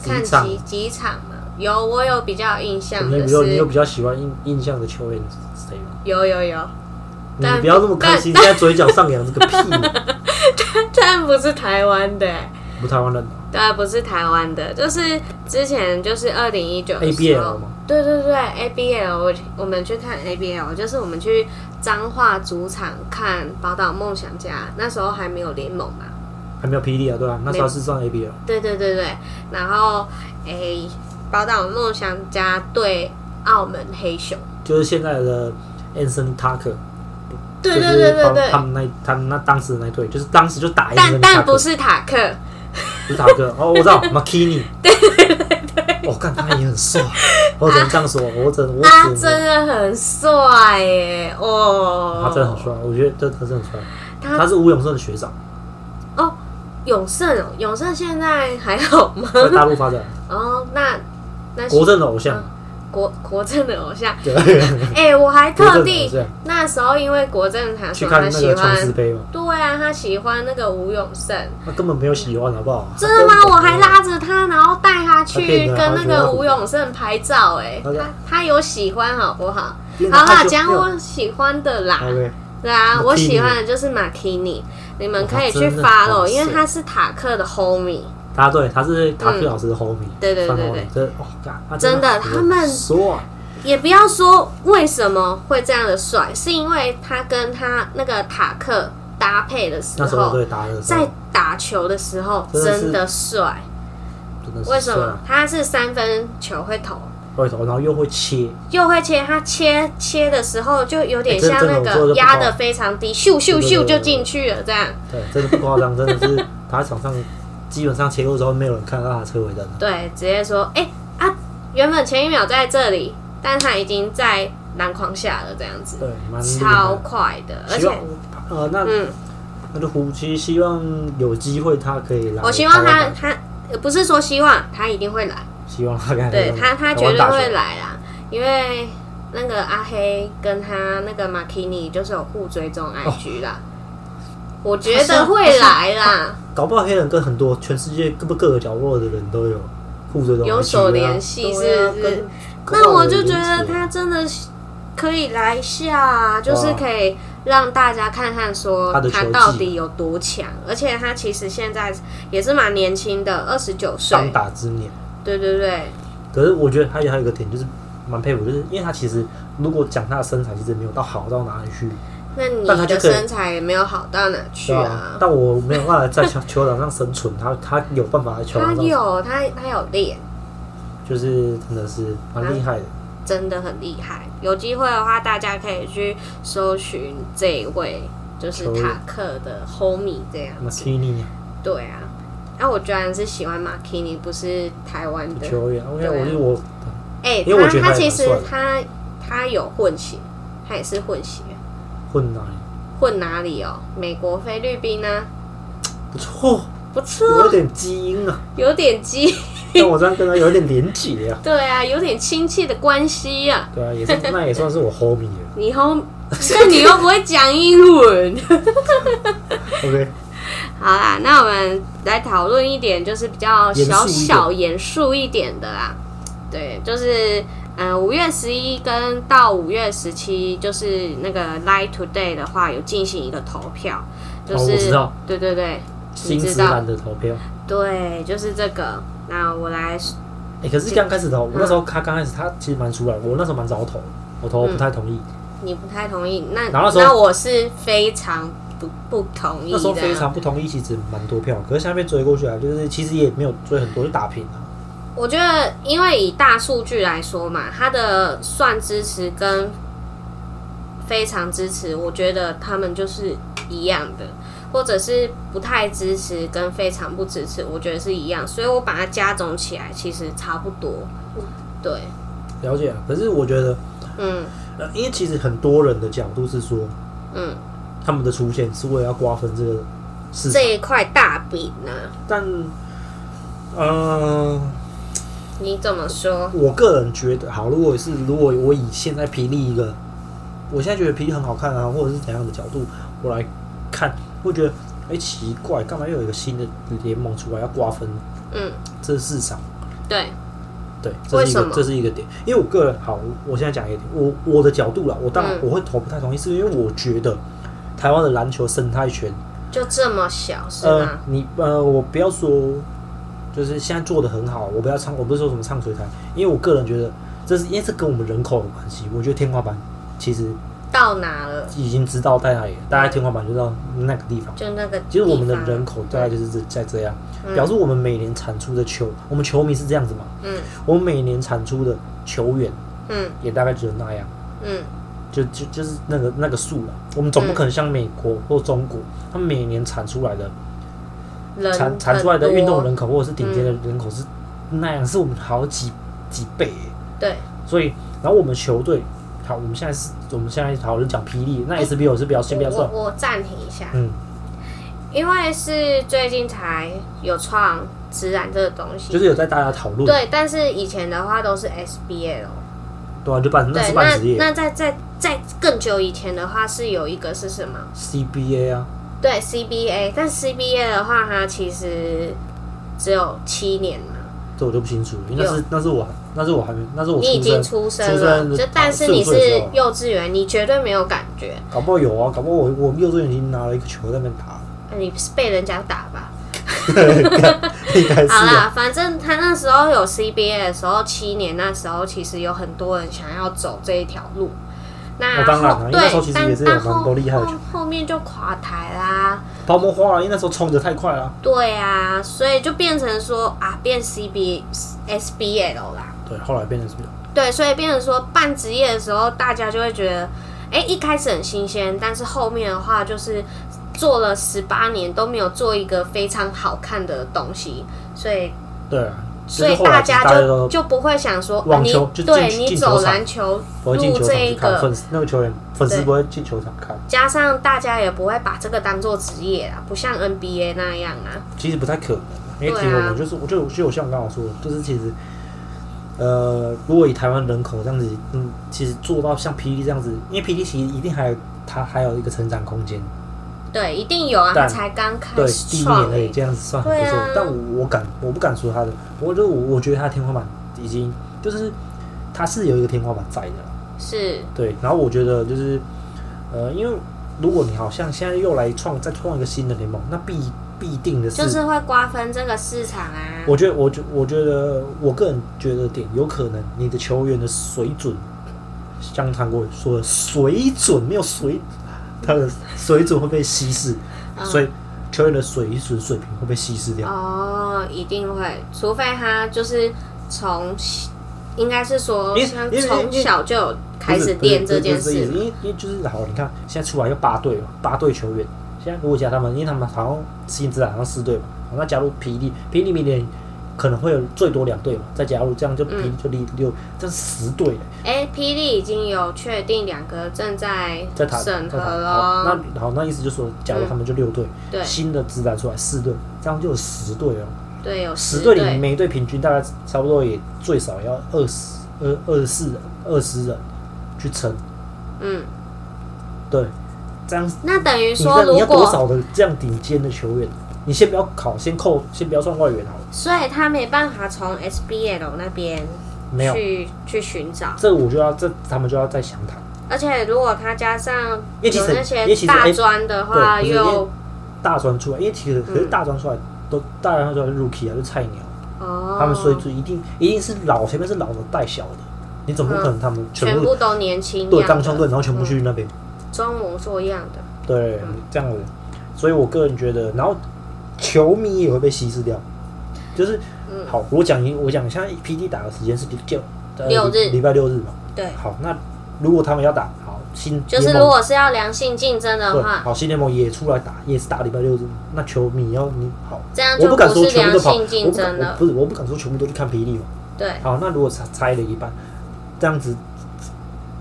Speaker 2: 看
Speaker 1: 几场，
Speaker 2: 几几场嘛。有我有比较有印象
Speaker 1: 你有
Speaker 2: 的
Speaker 1: 你
Speaker 2: 是，
Speaker 1: 有你有比较喜欢印印象的球员是谁吗？
Speaker 2: 有有有，
Speaker 1: 你
Speaker 2: 但
Speaker 1: 不要这么开心，现在嘴角上扬这 个屁，
Speaker 2: 但不是台湾的、欸，
Speaker 1: 不台湾人啊
Speaker 2: 对，不是台湾的，就是之前就是二零一九
Speaker 1: ABL 吗？
Speaker 2: 对对对，ABL，我我们去看 ABL，就是我们去彰化主场看宝岛梦想家，那时候还没有联盟嘛。
Speaker 1: 还没有 PD 啊，对啊，那时候是上 ABL，
Speaker 2: 对对对对，然后诶，宝岛梦想家对澳门黑熊，
Speaker 1: 就是现在的 Anthony Tucker，
Speaker 2: 对
Speaker 1: 就
Speaker 2: 对
Speaker 1: 是
Speaker 2: 对对
Speaker 1: 他
Speaker 2: 对，
Speaker 1: 们那他们那当时的那队，就是当时就打 Anthony
Speaker 2: 但但不
Speaker 1: Tucker，
Speaker 2: 是塔克，
Speaker 1: 不是塔克，哦，我知 道 McKinney，对对对，我看他也很帅，我只能这样说，我只能我
Speaker 2: 啊他
Speaker 1: 只
Speaker 2: 真
Speaker 1: 能。
Speaker 2: 的很帅耶，哦，
Speaker 1: 他真的很帅，我觉得他他真的很帅。
Speaker 2: 他，
Speaker 1: 他是吴永胜的学长，
Speaker 2: 哦，永胜哦，永胜现在还好吗？
Speaker 1: 在大陆发展，
Speaker 2: 哦，那那
Speaker 1: 国政的偶像。
Speaker 2: 国国政的偶像，
Speaker 1: 对，
Speaker 2: 哎、我还
Speaker 1: 国
Speaker 2: 特
Speaker 1: 政的偶
Speaker 2: 地
Speaker 1: 像
Speaker 2: 那时候因为国政他
Speaker 1: 去
Speaker 2: 说
Speaker 1: 看
Speaker 2: 他
Speaker 1: 那
Speaker 2: 喜
Speaker 1: 个琼斯
Speaker 2: 欢，
Speaker 1: 杯嘛，
Speaker 2: 对啊，他喜欢那个吴永胜。
Speaker 1: 他根本没有喜欢，好不好？
Speaker 2: 真的吗？我还拉着他，然后带他
Speaker 1: 他可以
Speaker 2: 去
Speaker 1: 的
Speaker 2: 跟
Speaker 1: 他
Speaker 2: 那
Speaker 1: 觉得
Speaker 2: 个
Speaker 1: 他
Speaker 2: 吴永胜拍照、哎，
Speaker 1: 他的
Speaker 2: 他他有喜欢好不好？
Speaker 1: 根本没有。
Speaker 2: 好啦，
Speaker 1: 他就
Speaker 2: 讲
Speaker 1: 没有
Speaker 2: 我喜欢的啦，
Speaker 1: OK，
Speaker 2: 对啊，
Speaker 1: Martini
Speaker 2: 我喜欢的就是马 k i n i 你们可以去
Speaker 1: 哇真的好
Speaker 2: follow，
Speaker 1: 色
Speaker 2: 因为他是塔克的 homie，
Speaker 1: 答对，他是塔克老师的 homie，
Speaker 2: 嗯对对对
Speaker 1: 算
Speaker 2: 对
Speaker 1: homie，真的哦，干他
Speaker 2: 真的他们
Speaker 1: 说
Speaker 2: 也不要说为什么会这样的帅，是因为他跟他那个塔克搭配的时
Speaker 1: 那时候
Speaker 2: 候，
Speaker 1: 对打的时候
Speaker 2: 在打球的时候
Speaker 1: 真的是
Speaker 2: 真的帅，
Speaker 1: 真的是
Speaker 2: 为什
Speaker 1: 帅
Speaker 2: 么
Speaker 1: 啊？
Speaker 2: 他是三分球会投？
Speaker 1: 会投，然后又会切，
Speaker 2: 又会切，他切切的时候就有点
Speaker 1: 哎真
Speaker 2: 像那
Speaker 1: 真的我做
Speaker 2: 个
Speaker 1: 得不好
Speaker 2: 压的非常低，咻
Speaker 1: 对
Speaker 2: 咻
Speaker 1: 对对
Speaker 2: 咻
Speaker 1: 对
Speaker 2: 就进去了，这样。
Speaker 1: 对，真的不夸 张，真的是他在场上基本上切入之后没有人看到他的车尾灯了，
Speaker 2: 对，直接说，哎、啊，原本前一秒在这里，但他已经在篮筐下了，这样子，
Speaker 1: 对，蛮厉害
Speaker 2: 超
Speaker 1: 的。
Speaker 2: 快的，而
Speaker 1: 希
Speaker 2: 且
Speaker 1: 望，呃，那
Speaker 2: 嗯，
Speaker 1: 那就胡七希望有机会他可以来台湾打，
Speaker 2: 我希望他他呃不是说希望他一定会来，
Speaker 1: 希望他可以来
Speaker 2: 对
Speaker 1: 台湾
Speaker 2: 他他
Speaker 1: 台
Speaker 2: 绝
Speaker 1: 湾
Speaker 2: 对
Speaker 1: 打球
Speaker 2: 会来啦，因为那个阿黑跟他那个马 k i n i 就是有互追
Speaker 1: 哦
Speaker 2: 踪 IG 啦，我觉
Speaker 1: 他是啊
Speaker 2: 得会来啦。
Speaker 1: 搞不好黑人跟很多全世界各各个角落的人都有互着
Speaker 2: 有所
Speaker 1: 啊
Speaker 2: 联系是不是那我就觉得他真的是可以来下，就是可以让大家看看说
Speaker 1: 他的球
Speaker 2: 他
Speaker 1: 技
Speaker 2: 到底有多强，而且他其实现在也是蛮年轻的，二十九岁。
Speaker 1: 当打之年。
Speaker 2: 对对对，
Speaker 1: 可是我觉得还有还有一个点就是蛮佩服，就是因为他其实如果讲他的身材，其实没有到好到哪里去，
Speaker 2: 那你
Speaker 1: 但他就
Speaker 2: 的
Speaker 1: 可以
Speaker 2: 身材也没有好到哪去
Speaker 1: 对
Speaker 2: 啊。
Speaker 1: 但我没有办法在球 球场上生存，他他有办法在球
Speaker 2: 他
Speaker 1: 场上，
Speaker 2: 有他他有练，
Speaker 1: 就是真的是蛮厉害的。
Speaker 2: 真的很厉害。有机会的话，大家可以去搜寻这一位，就是
Speaker 1: 球员
Speaker 2: 塔克的 homie 这样。
Speaker 1: 那 k i n i
Speaker 2: 对啊，那、我居然是喜欢马 k i n i 不是台湾的。
Speaker 1: 球员，OK，
Speaker 2: 对啊
Speaker 1: 我就我
Speaker 2: 哎、
Speaker 1: 因为我觉得
Speaker 2: 他
Speaker 1: 他也蛮
Speaker 2: 其实
Speaker 1: 帅的
Speaker 2: 他他有混血，他也是混血，
Speaker 1: 混哪里
Speaker 2: 混哪里哦？美国、菲律宾呢、
Speaker 1: 不错，
Speaker 2: 不错，
Speaker 1: 有点基因啊，
Speaker 2: 有点基，
Speaker 1: 但我这样跟他有点连结啊，
Speaker 2: 对啊，有点亲戚的关系啊。
Speaker 1: 对啊，也是 那也算是我 homie 了
Speaker 2: 你后，但你又不会讲英文，
Speaker 1: ，OK。
Speaker 2: 好啦，那我们来讨论一点，就是比较小小严肃一点的啦。对，就是嗯，五、月十一跟到五月十七，就是那个 Live Today 的话，有进行一个投票，就
Speaker 1: 哦我
Speaker 2: 是、
Speaker 1: 知道
Speaker 2: 对对对，你
Speaker 1: 新
Speaker 2: 知
Speaker 1: 直
Speaker 2: 道
Speaker 1: 男的投票。
Speaker 2: 对，就是这个。那我来
Speaker 1: 哎、可是刚开始的，我那时候他刚开始他其实蛮出来，我那时候蛮早投，我投不太同意，
Speaker 2: 你不太同意，那
Speaker 1: 然后那时候
Speaker 2: 那我是非常不不同意
Speaker 1: 那
Speaker 2: 的。
Speaker 1: 时候非常不同意，其实蛮多票，可是下面追过去啊，就是其实也没有追很多，就打平啊了、
Speaker 2: 我觉得，因为以大数据来说嘛，它的算支持跟非常支持，我觉得他们就是一样的，或者是不太支持跟非常不支持，我觉得是一样，所以我把它加总起来，其实差不多。对，
Speaker 1: 了解、啊。可是我觉得，
Speaker 2: 嗯
Speaker 1: 呃，因为其实很多人的角度是说，
Speaker 2: 嗯，
Speaker 1: 他们的出现是为了要瓜分这个市场，
Speaker 2: 这一块大饼呢、
Speaker 1: 但，呃，
Speaker 2: 你怎么说？
Speaker 1: 我个人觉得，好，如果是如果我以现在霹雳一个，我现在觉得霹雳很好看啊，或者是怎样的角度我来看，会觉得，哎、奇怪，干嘛又有一个新的联盟出来要瓜分
Speaker 2: 嗯，
Speaker 1: 这个市场？
Speaker 2: 对，
Speaker 1: 对，这是一
Speaker 2: 为什
Speaker 1: 个
Speaker 2: 么
Speaker 1: 这是一个点，因为我个人好，我现在讲一点，我我的角度啦，我当然
Speaker 2: 嗯
Speaker 1: 我会投不太同意，是因为我觉得台湾的篮球生态圈
Speaker 2: 就这么小是啊
Speaker 1: 呃
Speaker 2: 吗？，
Speaker 1: 你呃，我不要说，就是现在做的很好，我不要唱，我不是说什么唱水台，因为我个人觉得，这是因为这跟我们人口有关系。我觉得天花板其实
Speaker 2: 到哪了？
Speaker 1: 已经知道在哪里了，大家天花板就到那个地方。
Speaker 2: 就那个地方。
Speaker 1: 其实我们的人口大概就是这在这样，表示我们每年产出的球，我们球迷是这样子嘛，
Speaker 2: 嗯
Speaker 1: 我们每年产出的球员
Speaker 2: 嗯
Speaker 1: 也大概只有那样。
Speaker 2: 嗯
Speaker 1: 就就就是那个那个数了，我们总不可能像美国或中国，他们每年产出来的
Speaker 2: 嗯，人
Speaker 1: 产产出来的
Speaker 2: 很多嗯
Speaker 1: 运动人口或者是顶尖的人口是那样，是我们好几几倍耶。
Speaker 2: 对，
Speaker 1: 所以，然后我们球队，好，我们现在是，我们现在讨论讲霹雳，那 SBL 是比较先比较
Speaker 2: 哦我
Speaker 1: 算，
Speaker 2: 我我暂停一下，
Speaker 1: 嗯，
Speaker 2: 因为是最近才有创自然这个东西，
Speaker 1: 就是有在大家讨论，
Speaker 2: 对，但是以前的话都是 SBL，
Speaker 1: 对啊，就半那
Speaker 2: 对
Speaker 1: 是，半职
Speaker 2: 那
Speaker 1: 业
Speaker 2: 那在在在更久以前的话是有一个是什么？
Speaker 1: ，CBA 啊，
Speaker 2: 对 CBA，但 CBA 的话它其实只有七年嘛，
Speaker 1: 这我就不清楚了，因为那是那是我那是我还没那是我
Speaker 2: 你已经
Speaker 1: 生，
Speaker 2: 出
Speaker 1: 出
Speaker 2: 生
Speaker 1: 生
Speaker 2: 了，
Speaker 1: 的
Speaker 2: 就但是你
Speaker 1: 四五岁的
Speaker 2: 是
Speaker 1: 时候啊
Speaker 2: 幼稚园，你绝对没有感觉，
Speaker 1: 搞不好有啊，搞不好我我幼稚园已经拿了一个球在那边打，
Speaker 2: 你是被人家打吧？
Speaker 1: 应该是
Speaker 2: 好
Speaker 1: 啊，
Speaker 2: 啦，反正他那时候有 CBA 的时候，七年那时候其实有很多人想要走这一条路。那
Speaker 1: 哦
Speaker 2: 后、
Speaker 1: 当然啦因为那时候其
Speaker 2: 对，
Speaker 1: 实也
Speaker 2: 但
Speaker 1: 是有
Speaker 2: 但
Speaker 1: 蛮多
Speaker 2: 后
Speaker 1: 厉害的球
Speaker 2: 后后面就垮台啦，
Speaker 1: 泡沫化了，因为那时候冲的太快了，
Speaker 2: 对啊，所以就变成说啊，变 CB SBL 啦，
Speaker 1: 对，后来变成什么？
Speaker 2: 对，所以变成说办职业的时候，大家就会觉得，哎、一开始很新鲜，但是后面的话就是做了十八年都没有做一个非常好看的东西，所以
Speaker 1: 对啊，
Speaker 2: 所
Speaker 1: 就是
Speaker 2: 以
Speaker 1: 后来
Speaker 2: 大
Speaker 1: 其实
Speaker 2: 家
Speaker 1: 大家都
Speaker 2: 就就不会想说，啊
Speaker 1: 网
Speaker 2: 你
Speaker 1: 球就进
Speaker 2: 对
Speaker 1: 去
Speaker 2: 你
Speaker 1: 进球
Speaker 2: 走
Speaker 1: 场
Speaker 2: 篮球
Speaker 1: 不会进
Speaker 2: 入
Speaker 1: 球场
Speaker 2: 这
Speaker 1: 去
Speaker 2: 一
Speaker 1: 看，
Speaker 2: 个，
Speaker 1: 粉丝那个球员粉丝不会进球场看，
Speaker 2: 加上大家也不会把这个当做职业啊，不像 NBA 那样啊。
Speaker 1: 其实不太可能，因为
Speaker 2: 对啊
Speaker 1: 其实我们就是，我就就我像刚刚说的，就是其实，呃，如果以台湾人口这样子，嗯，其实做到像 PD 这样子，因为 PD 其实一定还有它还有一个成长空间，
Speaker 2: 对，一定有啊，
Speaker 1: 但
Speaker 2: 他才刚开
Speaker 1: 对，
Speaker 2: 始
Speaker 1: 第一
Speaker 2: 创
Speaker 1: 年而
Speaker 2: 欸
Speaker 1: 已，这样子算很不错，
Speaker 2: 对啊
Speaker 1: 但我我敢我不敢说它的，我就我我觉得它的天花板已经就是它是有一个天花板在的啦，
Speaker 2: 是，
Speaker 1: 对，然后我觉得就是，呃，因为如果你好像现在又来创再创一个新的联盟，那必必定的是，
Speaker 2: 就是会瓜分这个市场啊。
Speaker 1: 我觉得我觉我觉得我个人觉得点有可能你的球员的水准，像韩国人说的水准没有水，他的水准会被稀释，
Speaker 2: 嗯
Speaker 1: 所以球员的水准水平会被稀释掉。
Speaker 2: 哦，一定会，除非他就是从，应该是说
Speaker 1: 因为
Speaker 2: 像
Speaker 1: 因为
Speaker 2: 从
Speaker 1: 因为
Speaker 2: 小就有开
Speaker 1: 不
Speaker 2: 始
Speaker 1: 是
Speaker 2: 练这件
Speaker 1: 不是不是不是
Speaker 2: 事。
Speaker 1: 因为因为就是好，你看现在出来有八队嘛，八队球员，现在如果加他们，因为他们好像薪资好像四队嘛，好那加入霹雳，霹雳明年可能会有最多两队嘛，再加入这样就
Speaker 2: 嗯
Speaker 1: 霹雳就六六，这样十队了。
Speaker 2: 哎、霹雳已经有确定两个正在
Speaker 1: 在谈在
Speaker 2: 审核
Speaker 1: 谈好
Speaker 2: 喽。
Speaker 1: 那好，那意思就是说，假如他们就六队，
Speaker 2: 对
Speaker 1: 新的资产出来四队，这样就有十队哦。
Speaker 2: 对，有
Speaker 1: 十队
Speaker 2: 队
Speaker 1: 里每队平均大概差不多也最少要二十二二十四人、二十人去撑。
Speaker 2: 嗯，
Speaker 1: 对，这样
Speaker 2: 那等于
Speaker 1: 你这
Speaker 2: 说，如
Speaker 1: 你要多
Speaker 2: 果
Speaker 1: 少的这样顶尖的球员？你先不要考，先扣，先不要算外援好了。
Speaker 2: 所以他没办法从 SBL 那边
Speaker 1: 没有，
Speaker 2: 去去寻找，
Speaker 1: 这我就要这他们就要再详谈。
Speaker 2: 而且如果他加上
Speaker 1: 因为其
Speaker 2: 有
Speaker 1: 实
Speaker 2: 那
Speaker 1: 因为其实
Speaker 2: 些大
Speaker 1: A-
Speaker 2: 专的
Speaker 1: 对
Speaker 2: 话，
Speaker 1: 不是因为
Speaker 2: 又
Speaker 1: 大专出来，因为其
Speaker 2: 嗯
Speaker 1: 实可是大专出来、都大专出来是 rookie 啊，是菜鸟，
Speaker 2: 哦，
Speaker 1: 他们所以就一定一定是老前面是老的带小的，你总不可能他们全
Speaker 2: 嗯全
Speaker 1: 部
Speaker 2: 部都年轻，
Speaker 1: 对刚枪队，然后全部去那边，
Speaker 2: 嗯中文做一样的，
Speaker 1: 对
Speaker 2: 嗯
Speaker 1: 这样子。所以我个人觉得，然后球迷也会被稀释掉，就是
Speaker 2: 嗯，
Speaker 1: 好，我讲一我讲一下 PD 打的时间是礼就呃
Speaker 2: 六日
Speaker 1: 礼拜六日嘛。
Speaker 2: 对，
Speaker 1: 好，那如果他们要打好新
Speaker 2: 就是
Speaker 1: 联
Speaker 2: 如
Speaker 1: 盟
Speaker 2: 果是要良性竞争的
Speaker 1: 对，
Speaker 2: 话，
Speaker 1: 好，新联盟也出来打，也是打礼拜六日，那球迷要你好，
Speaker 2: 这样
Speaker 1: 我
Speaker 2: 就
Speaker 1: 不敢说
Speaker 2: 是
Speaker 1: 全部
Speaker 2: 良
Speaker 1: 都跑，
Speaker 2: 性
Speaker 1: 我
Speaker 2: 竞
Speaker 1: 不敢，
Speaker 2: 争
Speaker 1: 我
Speaker 2: 了，
Speaker 1: 不是，我不敢说全部都去看霹雳嘛。
Speaker 2: 对，
Speaker 1: 好，那如果拆拆了一半，这样子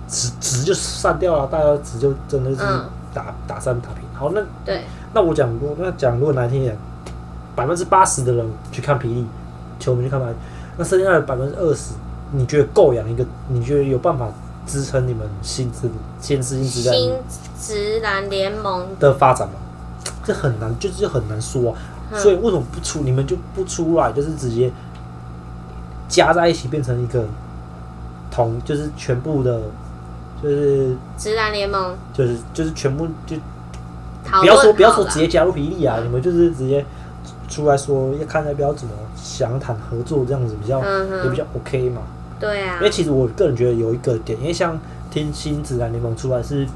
Speaker 1: 值值就散掉了，大家值就真的是
Speaker 2: 嗯
Speaker 1: 打、打散打平。好，那
Speaker 2: 对，
Speaker 1: 那我讲过，那讲如果难听一点，百分之八十的人去看霹雳，球迷去看霹雳，那剩下的百分之二十，你觉得够养一个？你觉得有办法支撑你们薪资、薪资薪资在
Speaker 2: 新直男联盟，
Speaker 1: 的发展嘛？这很难，就是很难说、啊。
Speaker 2: 嗯
Speaker 1: 所以为什么不出？你们就不出来，就是直接加在一起变成一个同，就是全部的，就是
Speaker 2: 直男联盟
Speaker 1: 就是就是全部就
Speaker 2: 讨
Speaker 1: 不要说
Speaker 2: 论
Speaker 1: 不要
Speaker 2: 啊好
Speaker 1: 说
Speaker 2: 了
Speaker 1: 直接加入比利啊，
Speaker 2: 嗯
Speaker 1: 你们就是直接出来说要看要不要怎么详谈合作这样子比较、
Speaker 2: 嗯哼
Speaker 1: 也比较 OK 嘛。
Speaker 2: 对啊
Speaker 1: 因为，其实我个人觉得有一个点，因为像听新自然联盟出来是，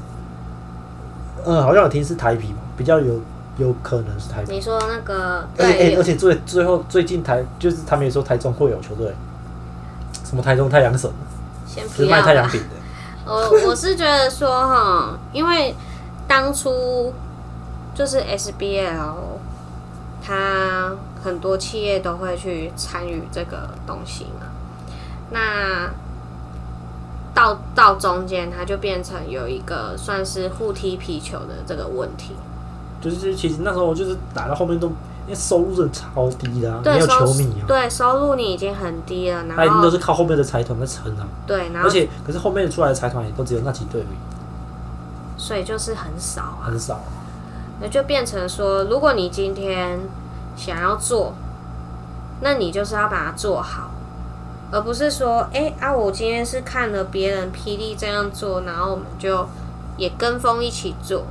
Speaker 1: 嗯，好像有听是台皮嘛，比较有有可能是台皮。
Speaker 2: 你说那个
Speaker 1: 而且、哎
Speaker 2: 对
Speaker 1: 而且最最后最近台就是他们也说台中会有球队，什么台中太阳神，
Speaker 2: 先不
Speaker 1: 就是卖
Speaker 2: 要
Speaker 1: 太阳
Speaker 2: 啦。
Speaker 1: 饼的，
Speaker 2: 呃我我是觉得说哈，因为当初就是 SBL，它很多企业都会去参与这个东西嘛。那到到中间，它就变成有一个算是互踢皮球的这个问题。
Speaker 1: 就是其实那时候就是打到后面都因为收入真的超低的、啊，没
Speaker 2: 对
Speaker 1: 有
Speaker 2: 收
Speaker 1: 球迷啊，
Speaker 2: 对收入你已经很低了，
Speaker 1: 他一
Speaker 2: 然
Speaker 1: 定
Speaker 2: 后
Speaker 1: 都是靠后面的财团在撑啊。
Speaker 2: 对，然后
Speaker 1: 而且可是后面出来的财团也都只有那几队而已，
Speaker 2: 所以就是很少啊。
Speaker 1: 很少。
Speaker 2: 那就变成说，如果你今天想要做，那你就是要把它做好，而不是说，哎、啊，我今天是看了别人霹雳这样做，然后我们就也跟风一起做，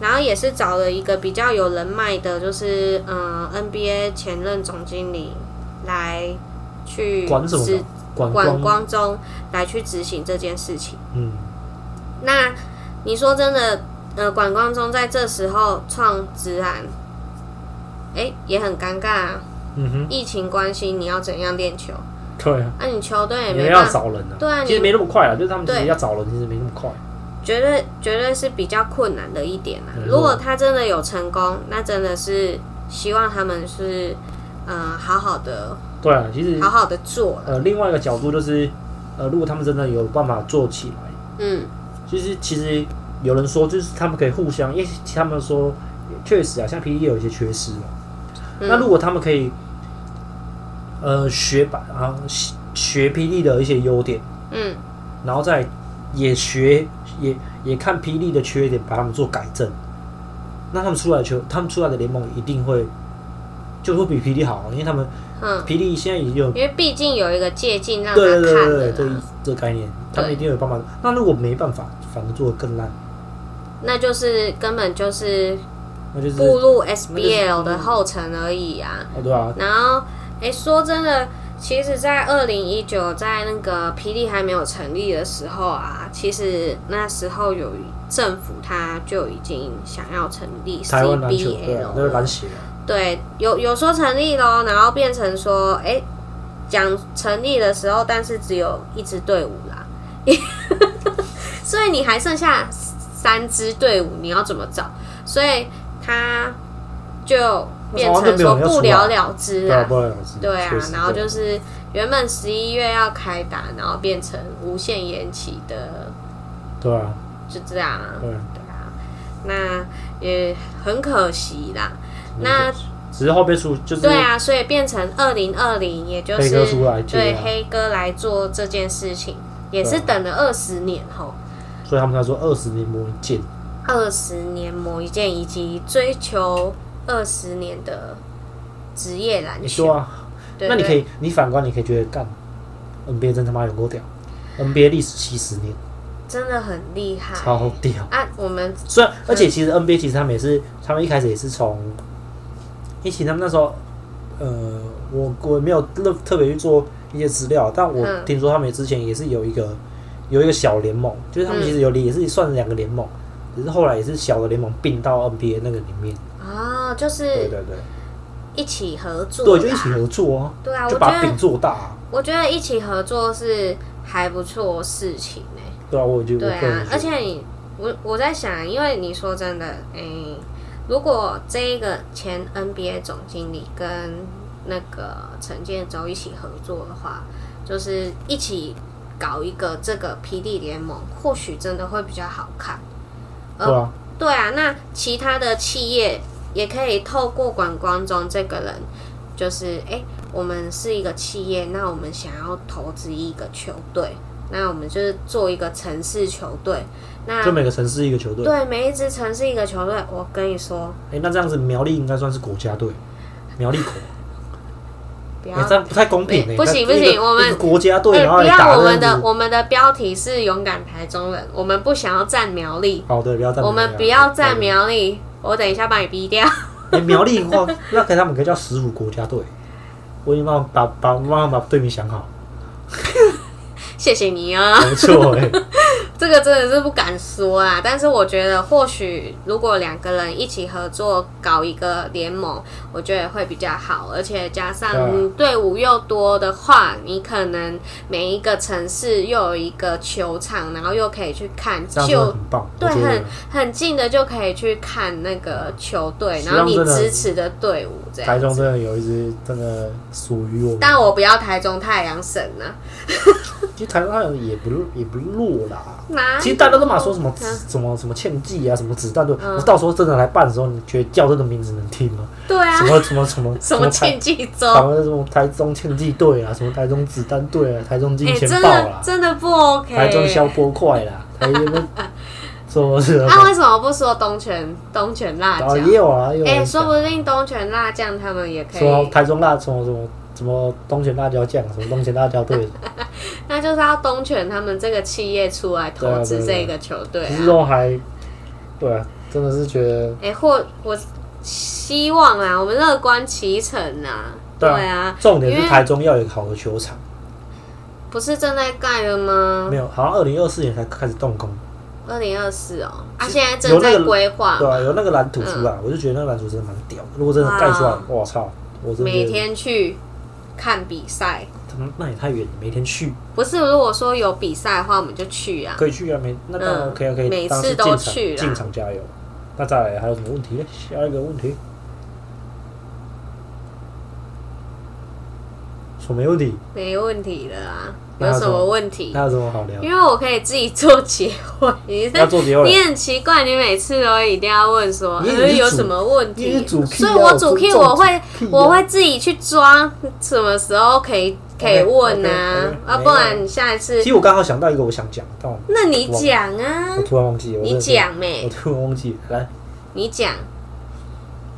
Speaker 2: 然后也是找了一个比较有人脉的，就是嗯、呃 NBA 前任总经理来去
Speaker 1: 管什么
Speaker 2: 执
Speaker 1: 的？管
Speaker 2: 嗯管
Speaker 1: 光，
Speaker 2: 光中来去执行这件事情。
Speaker 1: 嗯，
Speaker 2: 那你说真的，呃，管光中在这时候创直男，哎、也很尴尬啊。
Speaker 1: 嗯哼，
Speaker 2: 疫情关系，你要怎样练球？
Speaker 1: 对啊，
Speaker 2: 那、你球队也
Speaker 1: 你们
Speaker 2: 没
Speaker 1: 要
Speaker 2: 办法，
Speaker 1: 找人啊，
Speaker 2: 对啊
Speaker 1: 其实
Speaker 2: 你
Speaker 1: 没那么快啊，就是他们其实
Speaker 2: 对
Speaker 1: 要找人，其实没那么快。
Speaker 2: 绝对绝对是比较困难的一点啊
Speaker 1: 没。错
Speaker 2: 如果他真的有成功，那真的是希望他们是，呃，好好的
Speaker 1: 对啊，其实
Speaker 2: 好好的做了。
Speaker 1: 呃，另外一个角度就是，呃，如果他们真的有办法做起来，
Speaker 2: 嗯，
Speaker 1: 其实其实有人说，就是他们可以互相，因为他们说确实啊，像 P E 有一些缺失嘛。
Speaker 2: 嗯
Speaker 1: 那如果他们可以，呃，学把啊学学 P D 的一些优点，
Speaker 2: 嗯
Speaker 1: 然后再也学也也看 P D 的缺点，把他们做改正，那他们出来的球，他们出来的联盟一定会就会比 P D 好，因为他们
Speaker 2: 嗯，
Speaker 1: P D 现在已经有
Speaker 2: 因为毕竟有一个借镜让他
Speaker 1: 对
Speaker 2: 看
Speaker 1: 对对
Speaker 2: 的
Speaker 1: 对
Speaker 2: 啦，
Speaker 1: 对，这个概念，他们
Speaker 2: 对
Speaker 1: 一定有办法。那如果没办法，反而做的更烂，
Speaker 2: 那就是根本就是
Speaker 1: 那就是
Speaker 2: 步
Speaker 1: 哦
Speaker 2: 入 SBL 的后尘而已啊。
Speaker 1: 对啊，
Speaker 2: 然后，哎，说真的，其实，在二零一九，在那个霹雳还没有成立的时候啊，其实那时候有政府它就已经想要成立
Speaker 1: 台湾篮球对啊，那个
Speaker 2: CBL，
Speaker 1: 篮协啊，
Speaker 2: 对，有有说成立咯，然后变成说，哎，讲成立的时候，但是只有一支队伍啦， 所以你还剩下三支队伍，你要怎么找？所以它就变成说不了了之
Speaker 1: 对
Speaker 2: 啦
Speaker 1: 啊，。不然老师
Speaker 2: 对啊
Speaker 1: 确，实
Speaker 2: 然后就是原本十一月要开打，然后变成无限延期的，
Speaker 1: 对啊，
Speaker 2: 就这样啊。
Speaker 1: 对啊，
Speaker 2: 对啊，那也很可惜啦。那
Speaker 1: 只是后面出就是
Speaker 2: 对啊，所以变成二零二零，也就
Speaker 1: 黑
Speaker 2: 是
Speaker 1: 哥出来接
Speaker 2: 对
Speaker 1: 啊
Speaker 2: 黑哥来做这件事情，也是
Speaker 1: 对啊
Speaker 2: 等了二十年吼，
Speaker 1: 所以他们才说二十年磨一剑，
Speaker 2: 二十年某一件以及追求二十年的职业篮
Speaker 1: 你
Speaker 2: 球。
Speaker 1: 说啊，
Speaker 2: 对
Speaker 1: 那你
Speaker 2: 对
Speaker 1: 可以，你反观，你可以觉得干，NBA 真他妈有够屌，NBA 历史七十年，
Speaker 2: 真的很厉害
Speaker 1: 超屌。
Speaker 2: 啊！我们
Speaker 1: 虽然，
Speaker 2: 嗯
Speaker 1: 而且其实 NBA 其实他们也是，他们一开始也是从，一起他们那时候，呃，我我没有特特别去做一些资料，但我
Speaker 2: 嗯
Speaker 1: 听说他们之前也是有一个有一个小联盟，就是他们
Speaker 2: 嗯
Speaker 1: 其实有也是算是两个联盟，只是后来也是小的联盟并到 NBA 那个里面，
Speaker 2: 啊、就
Speaker 1: 对
Speaker 2: 是
Speaker 1: 对对，
Speaker 2: 一起合作啦，
Speaker 1: 对，就一起合作啊，
Speaker 2: 对啊，我
Speaker 1: 就
Speaker 2: 觉
Speaker 1: 把饼
Speaker 2: 得
Speaker 1: 做大、啊，
Speaker 2: 我觉得一起合作是还不错的事情欸呢、
Speaker 1: 对啊，我就
Speaker 2: 对
Speaker 1: 我个
Speaker 2: 啊
Speaker 1: 人，觉
Speaker 2: 而
Speaker 1: 得
Speaker 2: 且你我我在想，因为你说真的，诶、如果这一个前 NBA 总经理跟那个陈建州一起合作的话，就是一起搞一个这个霹雳联盟，或许真的会比较好看。而
Speaker 1: 对啊，
Speaker 2: 对啊，那其他的企业也可以透过管光中这个人，就是哎、诶我们是一个企业，那我们想要投资一个球队，那我们就是做一个城市球队，那
Speaker 1: 就每个城市一个球队，哎、
Speaker 2: 啊对每一支城市一个球队，我跟你说，
Speaker 1: 那这样子苗栗应该算是国家队，苗栗国。
Speaker 2: 不
Speaker 1: 你
Speaker 2: 要。
Speaker 1: 这样不太公平欸
Speaker 2: 不行
Speaker 1: 那
Speaker 2: 不行
Speaker 1: 一个
Speaker 2: 我们
Speaker 1: 一个国家队，
Speaker 2: 诶
Speaker 1: 然后
Speaker 2: 不
Speaker 1: 你打
Speaker 2: 要！我
Speaker 1: 这
Speaker 2: 们的
Speaker 1: 样子
Speaker 2: 我们的标题是勇敢台中人，我们不想要占苗栗，
Speaker 1: 好的，不要站，啊
Speaker 2: 我们不要占。苗栗。我等一下把你逼掉。
Speaker 1: 哎，苗栗的话， 那可以他们可以叫十五国家队。我已经帮把把帮把队名想 好，
Speaker 2: 谢谢你啊！
Speaker 1: 不错 哎，
Speaker 2: 这个真的是不敢说啦，但是我觉得或许如果两个人一起合作搞一个联盟，我觉得会比较好，而且
Speaker 1: 对啊
Speaker 2: 加上队伍又多的话，你可能每一个城市又有一个球场，然后又可以去看
Speaker 1: 这样真的
Speaker 2: 就
Speaker 1: 很棒。我
Speaker 2: 对，
Speaker 1: 觉得
Speaker 2: 很很近的就可以去看那个球队，
Speaker 1: 希望
Speaker 2: 然后你
Speaker 1: 真的
Speaker 2: 支持的队伍这
Speaker 1: 台
Speaker 2: 样。
Speaker 1: 中真的有一支真的属于我们，
Speaker 2: 但我不要台中太阳神啊，
Speaker 1: 其实台中好像也不也不弱啦。
Speaker 2: 哪
Speaker 1: 其实大家都嘛说什么
Speaker 2: 啊嗯
Speaker 1: 什么什么欠记啊，什么子弹队，
Speaker 2: 嗯
Speaker 1: 我到时候真的来办的时候，你觉得叫这个名字能听吗？
Speaker 2: 对啊
Speaker 1: 什，么什么什么
Speaker 2: 什么
Speaker 1: 台
Speaker 2: 庆记州
Speaker 1: 台？湾什么台中竞技队啊，什么台中子弹队啊，台中金
Speaker 2: 哎、
Speaker 1: 钱
Speaker 2: 真
Speaker 1: 豹
Speaker 2: 的
Speaker 1: 啦，
Speaker 2: 哎真的不 OK。
Speaker 1: 台中消波块啦，台 中说是
Speaker 2: 那、啊为什么不说东泉东泉
Speaker 1: 然
Speaker 2: 辣酱
Speaker 1: 后？也有啊，也有
Speaker 2: 哎、
Speaker 1: 人
Speaker 2: 说
Speaker 1: 讲
Speaker 2: 不定东泉辣酱他们也可
Speaker 1: 说
Speaker 2: 以，
Speaker 1: 台中辣什么什么什么东泉辣椒酱，什么东泉辣椒 队，
Speaker 2: 那就是要东泉他们这个企业出来投资这个球队、
Speaker 1: 其实
Speaker 2: 啊。
Speaker 1: 都还对啊，真的是觉得
Speaker 2: 哎、或我希望啊，我们乐观其成啊。
Speaker 1: 对
Speaker 2: 对
Speaker 1: 啊
Speaker 2: 啊，
Speaker 1: 重点
Speaker 2: 因
Speaker 1: 是
Speaker 2: 为
Speaker 1: 台中要有一个好的球场，
Speaker 2: 不是正在盖了吗
Speaker 1: 没？有，好像二零二四年才开始动工，
Speaker 2: 二零二四哦，啊，现在
Speaker 1: 有
Speaker 2: 正
Speaker 1: 那
Speaker 2: 在
Speaker 1: 个
Speaker 2: 规划
Speaker 1: 对，啊，有那个蓝图出来，
Speaker 2: 嗯
Speaker 1: 我就觉得那个蓝图真的蛮屌的，如果真的盖出来
Speaker 2: 哇，
Speaker 1: 我操，我真的
Speaker 2: 啊每
Speaker 1: 觉得
Speaker 2: 天去看比赛。
Speaker 1: 他妈那也太远了，每天去
Speaker 2: 不是，如果说有比赛的话，我们就去啊。
Speaker 1: 可以去啊，每那当然
Speaker 2: 嗯
Speaker 1: OK 啊，可以，
Speaker 2: 每
Speaker 1: 当然是
Speaker 2: 次都
Speaker 1: 进场
Speaker 2: 去啦
Speaker 1: 进场加油。那再来还有什么问题呢？下一个问题，说没问题，
Speaker 2: 没问题的啊，
Speaker 1: 那要
Speaker 2: 有什
Speaker 1: 怎么
Speaker 2: 么问题？
Speaker 1: 那有什么好聊？
Speaker 2: 因为我可以自己做结尾，你
Speaker 1: 要
Speaker 2: 在
Speaker 1: 做结尾
Speaker 2: 你，很奇怪，你每次都一定要问说，
Speaker 1: 你也
Speaker 2: 呃
Speaker 1: 是
Speaker 2: 有
Speaker 1: 主
Speaker 2: 什么问
Speaker 1: 你也
Speaker 2: 题
Speaker 1: 是主？key
Speaker 2: 所以
Speaker 1: 啊
Speaker 2: 我
Speaker 1: 我
Speaker 2: 主
Speaker 1: 是
Speaker 2: key
Speaker 1: 重
Speaker 2: 我会
Speaker 1: 主 key 啊
Speaker 2: 我会自己去抓什么时候 可以可以
Speaker 1: OK，OK，
Speaker 2: 问啊
Speaker 1: OK，
Speaker 2: 啊，
Speaker 1: 哎没
Speaker 2: 不然
Speaker 1: 问
Speaker 2: 你下一次
Speaker 1: 其，实我刚好想到一个我想讲，但我
Speaker 2: 那你讲啊
Speaker 1: 我，突然忘记了。我真
Speaker 2: 你
Speaker 1: 的是，
Speaker 2: 讲
Speaker 1: 我
Speaker 2: 没？
Speaker 1: 突然忘记了。来，
Speaker 2: 你讲。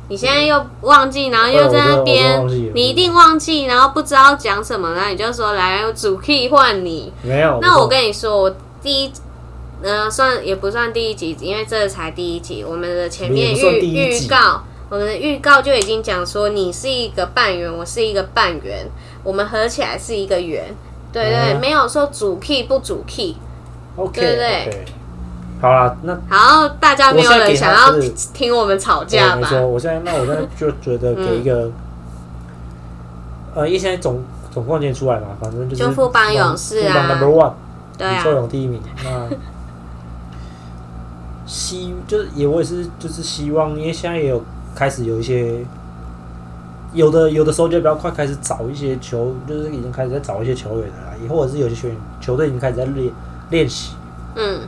Speaker 2: 你现在又忘记，然后又
Speaker 1: 对
Speaker 2: 在
Speaker 1: 我
Speaker 2: 那
Speaker 1: 都哎我
Speaker 2: 边
Speaker 1: 都忘记了，
Speaker 2: 你一定忘记，然后不知道讲什么，那你就说来主 key 换你。
Speaker 1: 没有。
Speaker 2: 那我
Speaker 1: 跟
Speaker 2: 跟你说，我第一，呃，算也不算第一集，因为这才第一集。我们的前面
Speaker 1: 也不算
Speaker 2: 预
Speaker 1: 第一集
Speaker 2: 预告，我们的预告就已经讲说，你是一个半圆，我是一个半圆，我们合起来是一个圆。对对
Speaker 1: 嗯
Speaker 2: 没有说主 key 不主 key。
Speaker 1: OK
Speaker 2: 对对
Speaker 1: OK，好啦，那
Speaker 2: 然后大家没有
Speaker 1: 我现在
Speaker 2: 人
Speaker 1: 给他
Speaker 2: 想要
Speaker 1: 是
Speaker 2: 听我们吵
Speaker 1: 我
Speaker 2: 架
Speaker 1: 没
Speaker 2: 吧？嗯
Speaker 1: 错，我现在那我现 在就觉得给一个，呃，因为现在总总冠军出来嘛，反正就是
Speaker 2: 就富邦勇士啊
Speaker 1: 富邦 Number One，
Speaker 2: 对
Speaker 1: 李
Speaker 2: 啊
Speaker 1: 秀，勇第一名。 那希就是也我也是就是希望，因为现在也有开始有一些。有的有的时候就比较快开始找一些球，就是已经开始在找一些球员了啦，也或者是有些球员球队已经开始在练练习。
Speaker 2: 嗯，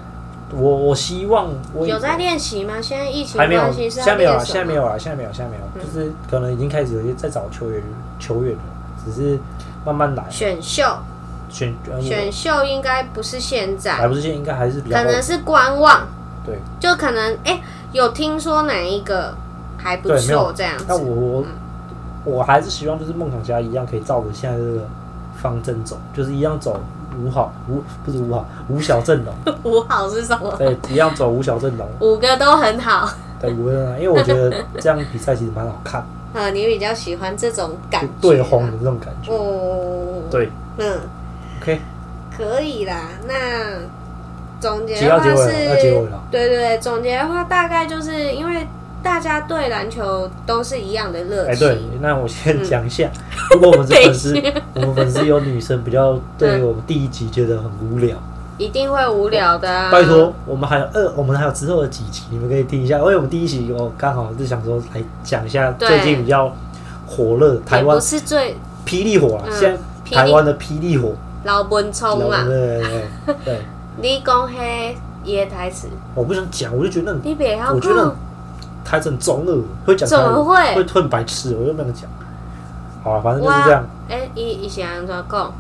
Speaker 1: 我我希望我也
Speaker 2: 有在练习吗？现在疫情
Speaker 1: 还没有，
Speaker 2: 关系是
Speaker 1: 现
Speaker 2: 要
Speaker 1: 在没有啊，
Speaker 2: 练什
Speaker 1: 现
Speaker 2: 么
Speaker 1: 在没有啊，现在没有，现在没有，就是可能已经开始有些在找球员球员了，只是慢慢来
Speaker 2: 选秀，
Speaker 1: 选呃
Speaker 2: 选秀应该不是现在
Speaker 1: 还，不是现在应该还是比较
Speaker 2: 可能是观望，
Speaker 1: 对，
Speaker 2: 就可能哎、有听说哪一个还不
Speaker 1: 对没
Speaker 2: 错
Speaker 1: 有
Speaker 2: 这样
Speaker 1: 那
Speaker 2: 子，
Speaker 1: 我我还是希望就是梦想家一样可以照着现在这个方针走，就是一样走五好五不是五好五小阵容，
Speaker 2: 五好是什么？
Speaker 1: 对，一样走五小阵容，
Speaker 2: 五个都很好。
Speaker 1: 对五个阵容，啊因为我觉得这样比赛其实蛮好看，
Speaker 2: 呃，你比较喜欢这种感
Speaker 1: 就
Speaker 2: 觉
Speaker 1: 对
Speaker 2: 啦
Speaker 1: 轰的那种感 觉。
Speaker 2: 哦，，
Speaker 1: 对
Speaker 2: 嗯，
Speaker 1: ，OK，
Speaker 2: 可以啦。那总结
Speaker 1: 结
Speaker 2: 的
Speaker 1: 到
Speaker 2: 话
Speaker 1: 结尾
Speaker 2: 是
Speaker 1: 了，要结尾了，
Speaker 2: 对对对，总结的话大概就是因为大家对篮球都是一样的热
Speaker 1: 哎，
Speaker 2: 情，
Speaker 1: 对，那我
Speaker 2: 嗯
Speaker 1: 先讲一下，如果我们是粉 丝，我们粉丝有女生比较
Speaker 2: 嗯
Speaker 1: 对我们第一集觉得很无聊，
Speaker 2: 一定会无聊的、啊。
Speaker 1: 拜托，，我们还有二，我们还有之后的几集，你们可以听一下。因为我们第一集我刚好是想说来讲一下
Speaker 2: 对
Speaker 1: 最近比较火热台
Speaker 2: 也
Speaker 1: 湾
Speaker 2: 不是最
Speaker 1: 霹雳火啊，
Speaker 2: 嗯
Speaker 1: 现
Speaker 2: 霹雳
Speaker 1: 在台湾的霹雳火，
Speaker 2: 老文聪
Speaker 1: 对
Speaker 2: 嘛，
Speaker 1: 对对对 对，
Speaker 2: 你讲黑野台词，
Speaker 1: 我不想讲，我就觉得那
Speaker 2: 你别要
Speaker 1: 我觉得
Speaker 2: 讲，
Speaker 1: 台很中二，会讲
Speaker 2: 怎
Speaker 1: 台
Speaker 2: 么
Speaker 1: 语
Speaker 2: 会
Speaker 1: 会吞白痴，我就没有讲。好啊了，反正就是
Speaker 2: 哇
Speaker 1: 这样。
Speaker 2: 哎，伊伊是安怎讲？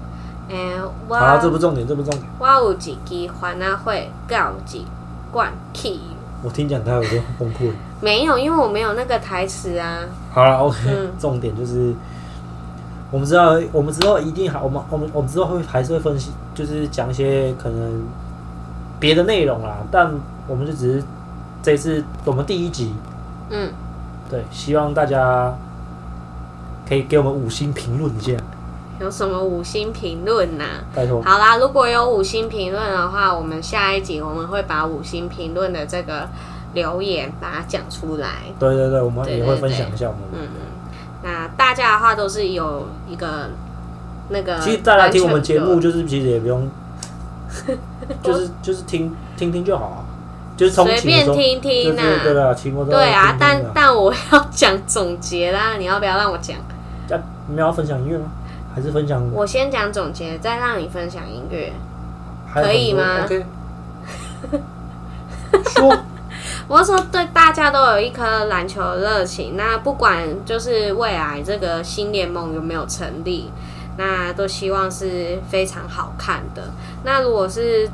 Speaker 2: 诶、
Speaker 1: 好了，这
Speaker 2: 我
Speaker 1: 不重点，这不重点。
Speaker 2: 我有一支番仔花，甲有一罐气。
Speaker 1: 我听讲台语我就很崩溃。
Speaker 2: 没有，因为我没有那个台词啊。
Speaker 1: 好了，OK，、
Speaker 2: 嗯
Speaker 1: 重点就是我们知道，我们之后一定还，我们我们我们之后会还是会分析，就是讲一些可能别的内容啦，但我们就只是这一次我们第一集，
Speaker 2: 嗯，
Speaker 1: 对，希望大家可以给我们五星评论一下，
Speaker 2: 有什么五星评论呐？
Speaker 1: 拜托。
Speaker 2: 好啦，如果有五星评论的话，我们下一集我们会把五星评论的这个留言把它讲出来。
Speaker 1: 对对对，我们
Speaker 2: 对
Speaker 1: 也会
Speaker 2: 对
Speaker 1: 分
Speaker 2: 对
Speaker 1: 享一下我们。
Speaker 2: 嗯，那大家的话都是有一个那个完全
Speaker 1: 其实
Speaker 2: 有，
Speaker 1: 大家听我们节目，就是其实也不 用，就是就是听听听就好啊，就是通
Speaker 2: 随
Speaker 1: 勤的
Speaker 2: 便
Speaker 1: 时候，
Speaker 2: 听听
Speaker 1: 就
Speaker 2: 呐、
Speaker 1: 是对啦，骑摩托车
Speaker 2: 对
Speaker 1: 听
Speaker 2: 啊
Speaker 1: 听，
Speaker 2: 但但我要 讲总结啦，你要不要让我讲？
Speaker 1: 啊，你们要分享音乐吗？还是分享
Speaker 2: 我先讲总结，再让你分享音乐。
Speaker 1: 还有
Speaker 2: 可以
Speaker 1: 很多
Speaker 2: 吗
Speaker 1: ？OK，说
Speaker 2: 我是说，对大家都有一颗篮球的热情，那不管就是未来这个新联盟有没有成立，那都希望是非常好看的。那如果是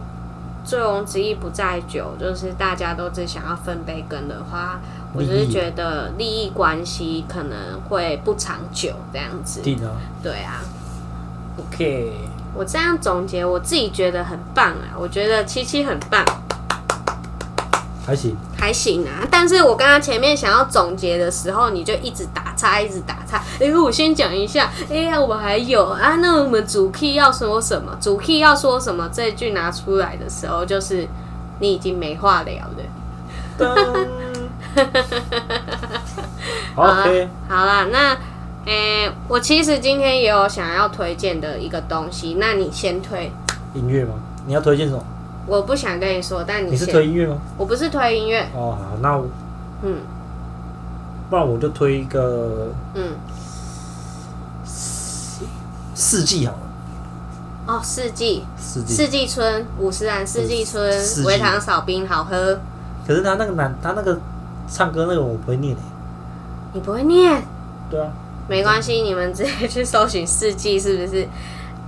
Speaker 2: 醉翁之意不在酒，就是大家都只想要分杯羹的话，我就
Speaker 1: 利
Speaker 2: 是
Speaker 1: 益
Speaker 2: 觉得利益关系可能会不长久这样子。
Speaker 1: 定啊
Speaker 2: 对啊，
Speaker 1: ，OK，
Speaker 2: 我这样总结，我自己觉得很棒啊，我觉得七七很棒。
Speaker 1: 还 行，
Speaker 2: 还行啊，但是我刚刚前面想要总结的时候，你就一直打岔，一直打岔。哎、我先讲一下，哎、呀，我还有啊，那我们主 key 要说什么？主 key 要说什么？这一句拿出来的时候，就是你已经没话聊了。
Speaker 1: 噔好
Speaker 2: 啊
Speaker 1: ，OK，
Speaker 2: 好啦，那，哎、我其实今天也有想要推荐的一个东西，那你先推。
Speaker 1: 音乐吗？你要推荐什么？
Speaker 2: 我不想跟你说，但
Speaker 1: 你
Speaker 2: 先。
Speaker 1: 是推音乐吗？
Speaker 2: 我不是推音乐，
Speaker 1: 哦，好，那我
Speaker 2: 嗯
Speaker 1: 不然我就推一个
Speaker 2: 嗯，
Speaker 1: 四季好了，
Speaker 2: 哦，四季。
Speaker 1: 四季嗯
Speaker 2: 四。季春、五十岚四季春
Speaker 1: 四、季
Speaker 2: 维糖少冰好喝，
Speaker 1: 可是他那个男，他那个唱歌那个我不会念的。
Speaker 2: 你不会念，
Speaker 1: 对啊，
Speaker 2: 没关系，你们直接去搜寻四季是不是？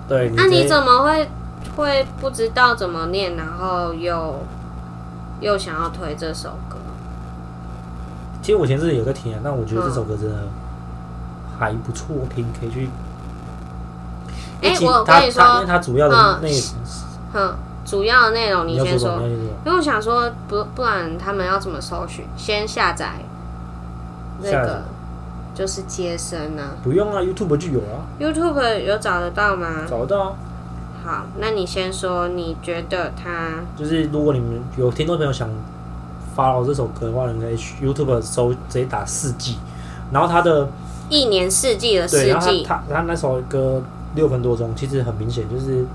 Speaker 1: 对，
Speaker 2: 那、
Speaker 1: 直
Speaker 2: 你
Speaker 1: 接
Speaker 2: 怎么会会不知道怎么念，然后又又想要推这首歌？
Speaker 1: 其实我以前自己有在听啊，但我觉得这首歌真的还不错听，可以去。
Speaker 2: 哎、
Speaker 1: 其实
Speaker 2: 我
Speaker 1: 它
Speaker 2: 跟你
Speaker 1: 它因为
Speaker 2: 说，
Speaker 1: 它主要的
Speaker 2: 嗯
Speaker 1: 内容是，
Speaker 2: 哼，主要的内容
Speaker 1: 你
Speaker 2: 你
Speaker 1: 要
Speaker 2: 先
Speaker 1: 说什
Speaker 2: 说
Speaker 1: 么？，你要说什么
Speaker 2: 因为我想说不不然他们要怎么搜寻？先下载那
Speaker 1: 下载什
Speaker 2: 个
Speaker 1: 么
Speaker 2: 就是接生啊
Speaker 1: 不用啊，YouTube 就有啊，
Speaker 2: ，YouTube 有找得到吗？
Speaker 1: 找得到啊。
Speaker 2: 好，那你先说，你觉得他
Speaker 1: 就是如果你们有听众朋友想 follow 这首歌的话，你可以去 YouTube 搜直接打四季，然后它的
Speaker 2: 一年四季的
Speaker 1: 对，
Speaker 2: 啊四
Speaker 1: 然后
Speaker 2: 季，
Speaker 1: 它它它那首歌六分多钟，其实很明显就是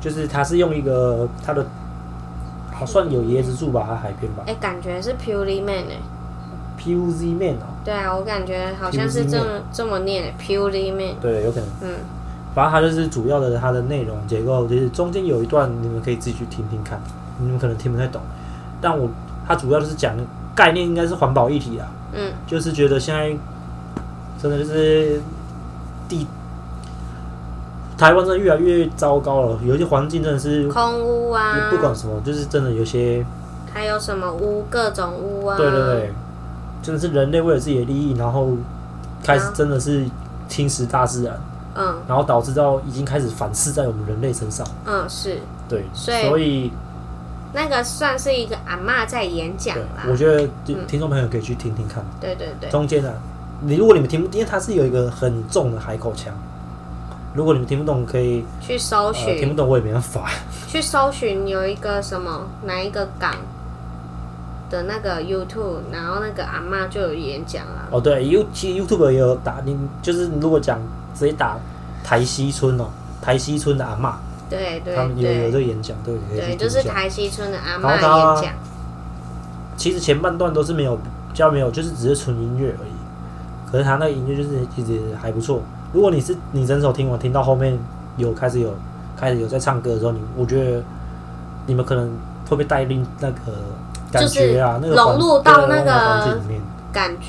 Speaker 1: 就是它是用一个它的好算有椰子树吧，还是海边吧
Speaker 2: 哎、感觉是 Purely Man 哎、
Speaker 1: ，PUZ Man 哦。
Speaker 2: 对啊，我感觉好像是
Speaker 1: Purely
Speaker 2: 这么这么念、欸、Purely Man，
Speaker 1: 对，有可能。
Speaker 2: 嗯，
Speaker 1: 反正它就是主要的它的内容结构，就是中间有一段你们可以自己去听听看，你们可能听不太懂，但我它主要就是讲概念应该是环保议题啊，
Speaker 2: 嗯，
Speaker 1: 就是觉得现在真的就是地台湾真的越来越糟糕了，有一些环境真的是
Speaker 2: 空屋啊
Speaker 1: 嗯不，管什么，就是真的有些，
Speaker 2: 还有什么屋，各种屋啊，
Speaker 1: 对对对，真的是人类为了自己的利益，然后开始
Speaker 2: 啊
Speaker 1: 真的是侵蚀大自然，
Speaker 2: 嗯
Speaker 1: 然后导致到已经开始反噬在我们人类身上。
Speaker 2: 嗯是，
Speaker 1: 对，
Speaker 2: 所以
Speaker 1: 所以
Speaker 2: 那个算是一个阿嬷在演讲
Speaker 1: 对
Speaker 2: 啦，，
Speaker 1: 我觉得就
Speaker 2: 嗯
Speaker 1: 听众朋友可以去听听看，
Speaker 2: 对对对，
Speaker 1: 中间啊，你如果你们听不，因为它是有一个很重的海口腔，如果你们听不懂，可以
Speaker 2: 去搜
Speaker 1: 呃听不
Speaker 2: 寻，
Speaker 1: 懂我也没办法。
Speaker 2: 去搜寻有一个什么哪一个港的那个 YouTube，然后那个阿嬷就有演讲啊，
Speaker 1: 哦，对，You 其实 YouTube 也有打，你就是你如果讲直接打台西村哦，台西村的阿嬷，
Speaker 2: 对对
Speaker 1: 他们有有这
Speaker 2: 对，
Speaker 1: 个演讲，对，可以去
Speaker 2: 对，
Speaker 1: 听
Speaker 2: 就是
Speaker 1: 一下啊
Speaker 2: 台西村的阿
Speaker 1: 然后
Speaker 2: 嬷
Speaker 1: 他
Speaker 2: 演讲，
Speaker 1: 其实前半段都是没有，比较没有，就是只是纯音乐而已。可是他那个音乐就是其实还不错。如果你是你整首听完，听到后面有开始有开始有在唱歌的时候，你我觉得你们可能会被带进那个感觉啊，
Speaker 2: 就
Speaker 1: 那
Speaker 2: 是
Speaker 1: 个环
Speaker 2: 融入到
Speaker 1: 对
Speaker 2: 那个
Speaker 1: 环境里面。
Speaker 2: 感觉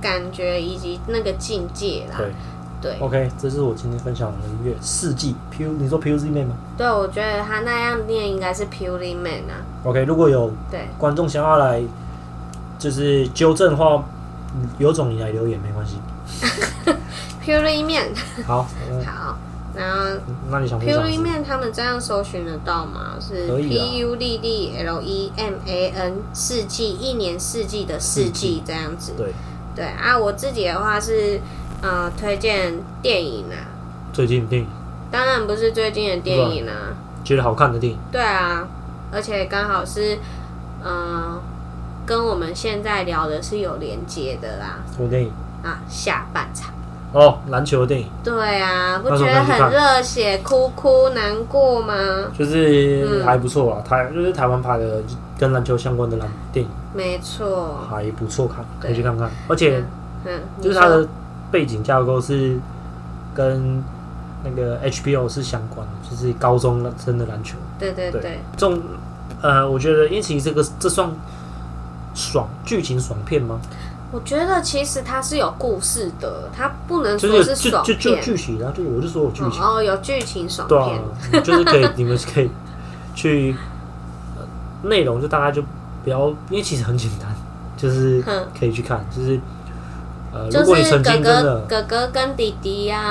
Speaker 2: 感觉以及那个境界啦，
Speaker 1: 对哦
Speaker 2: 对
Speaker 1: ，OK，这是我今天分享的音乐《四季》P，你说 PUZ 妹吗
Speaker 2: 对，我觉得他那样念应该是 Purely Man 啊，
Speaker 1: ？OK，如果有
Speaker 2: 对
Speaker 1: 观众想要来就是纠正的话，有种你来留言没关系。
Speaker 2: ，Purely Man
Speaker 1: 好，呃
Speaker 2: 好，然后
Speaker 1: 那你想分享
Speaker 2: Purely
Speaker 1: 什么？
Speaker 2: Man 他们这样搜寻得到吗？是
Speaker 1: 可以啊
Speaker 2: P U D D L E M A N 四季，一年四季的四
Speaker 1: 四季
Speaker 2: 季这样子。
Speaker 1: 对，
Speaker 2: 对啊，我自己的话是呃推荐电影啊，
Speaker 1: 最近电影
Speaker 2: 当然不是最近的电影啊，
Speaker 1: 觉得好看的电影，
Speaker 2: 对啊，而且刚好是呃跟我们现在聊的是有连接的啦
Speaker 1: 什么电影？
Speaker 2: 啊下半场。
Speaker 1: 哦，篮球的电影，
Speaker 2: 对啊，不
Speaker 1: 那时
Speaker 2: 觉
Speaker 1: 候
Speaker 2: 得
Speaker 1: 没去看
Speaker 2: 很热血、哭哭、难过吗？
Speaker 1: 就是
Speaker 2: 嗯
Speaker 1: 还不错啦，啊台就是台湾拍的跟篮球相关的篮电影
Speaker 2: 没错，
Speaker 1: 还不错看，可
Speaker 2: 对
Speaker 1: 以去看看。而且
Speaker 2: 嗯，
Speaker 1: 就是它的背景架构是跟那个 HBO 是相关的，就是高中生的篮球。
Speaker 2: 对对
Speaker 1: 对
Speaker 2: 对，
Speaker 1: 这种呃，我觉得因为其实这个这算爽剧情爽片吗？
Speaker 2: 我觉得其实它是有故事的，它不能
Speaker 1: 就
Speaker 2: 说
Speaker 1: 是就
Speaker 2: 爽
Speaker 1: 就就
Speaker 2: 片，
Speaker 1: 剧情啊，就我就说我剧
Speaker 2: 嗯
Speaker 1: 情。
Speaker 2: 哦，有剧情爽
Speaker 1: 对
Speaker 2: 片，
Speaker 1: 啊， 就是可以，你们是可以去呃内、容就大概就不要，因为其实很简单，就是
Speaker 2: 哼
Speaker 1: 可以去看，就是呃，
Speaker 2: 就
Speaker 1: 如果你
Speaker 2: 是
Speaker 1: 曾
Speaker 2: 哥
Speaker 1: 经真
Speaker 2: 哥
Speaker 1: 的
Speaker 2: 哥哥跟弟弟呀，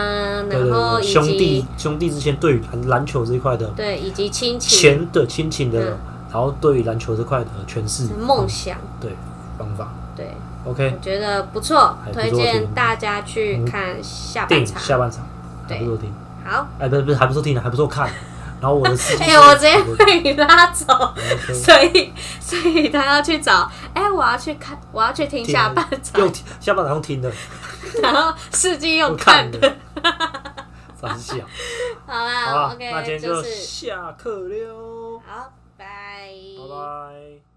Speaker 1: 对对
Speaker 2: 然后
Speaker 1: 对
Speaker 2: 以
Speaker 1: 兄弟
Speaker 2: 及
Speaker 1: 兄弟之间对于篮篮球这一块的
Speaker 2: 对以及亲情、
Speaker 1: 钱的亲情的，
Speaker 2: 嗯
Speaker 1: 然后对于篮球这块的诠释
Speaker 2: 梦想，
Speaker 1: 对方法
Speaker 2: 对
Speaker 1: ，OK，
Speaker 2: 我觉得不错
Speaker 1: 还，不错
Speaker 2: 推
Speaker 1: 这
Speaker 2: 荐
Speaker 1: 个
Speaker 2: 大家去看下
Speaker 1: 电
Speaker 2: 半
Speaker 1: 影
Speaker 2: 场。
Speaker 1: 下半场还不
Speaker 2: 对
Speaker 1: 错听，
Speaker 2: 好，
Speaker 1: 哎，不是不是还不错听，还不错看，然后我的世界，
Speaker 2: 哎、我直接被拉走。
Speaker 1: OK
Speaker 2: 所以，所以他要去找，哎、我要去看，我要去听 下半
Speaker 1: 又
Speaker 2: 场，
Speaker 1: 听下半场又听的，
Speaker 2: 然后世纪又
Speaker 1: 又看
Speaker 2: 看的。
Speaker 1: 的，傻笑。
Speaker 2: 好啦
Speaker 1: 好啦
Speaker 2: o k
Speaker 1: 那今天
Speaker 2: 就
Speaker 1: 就是下课了哟，
Speaker 2: 好，拜
Speaker 1: 拜拜。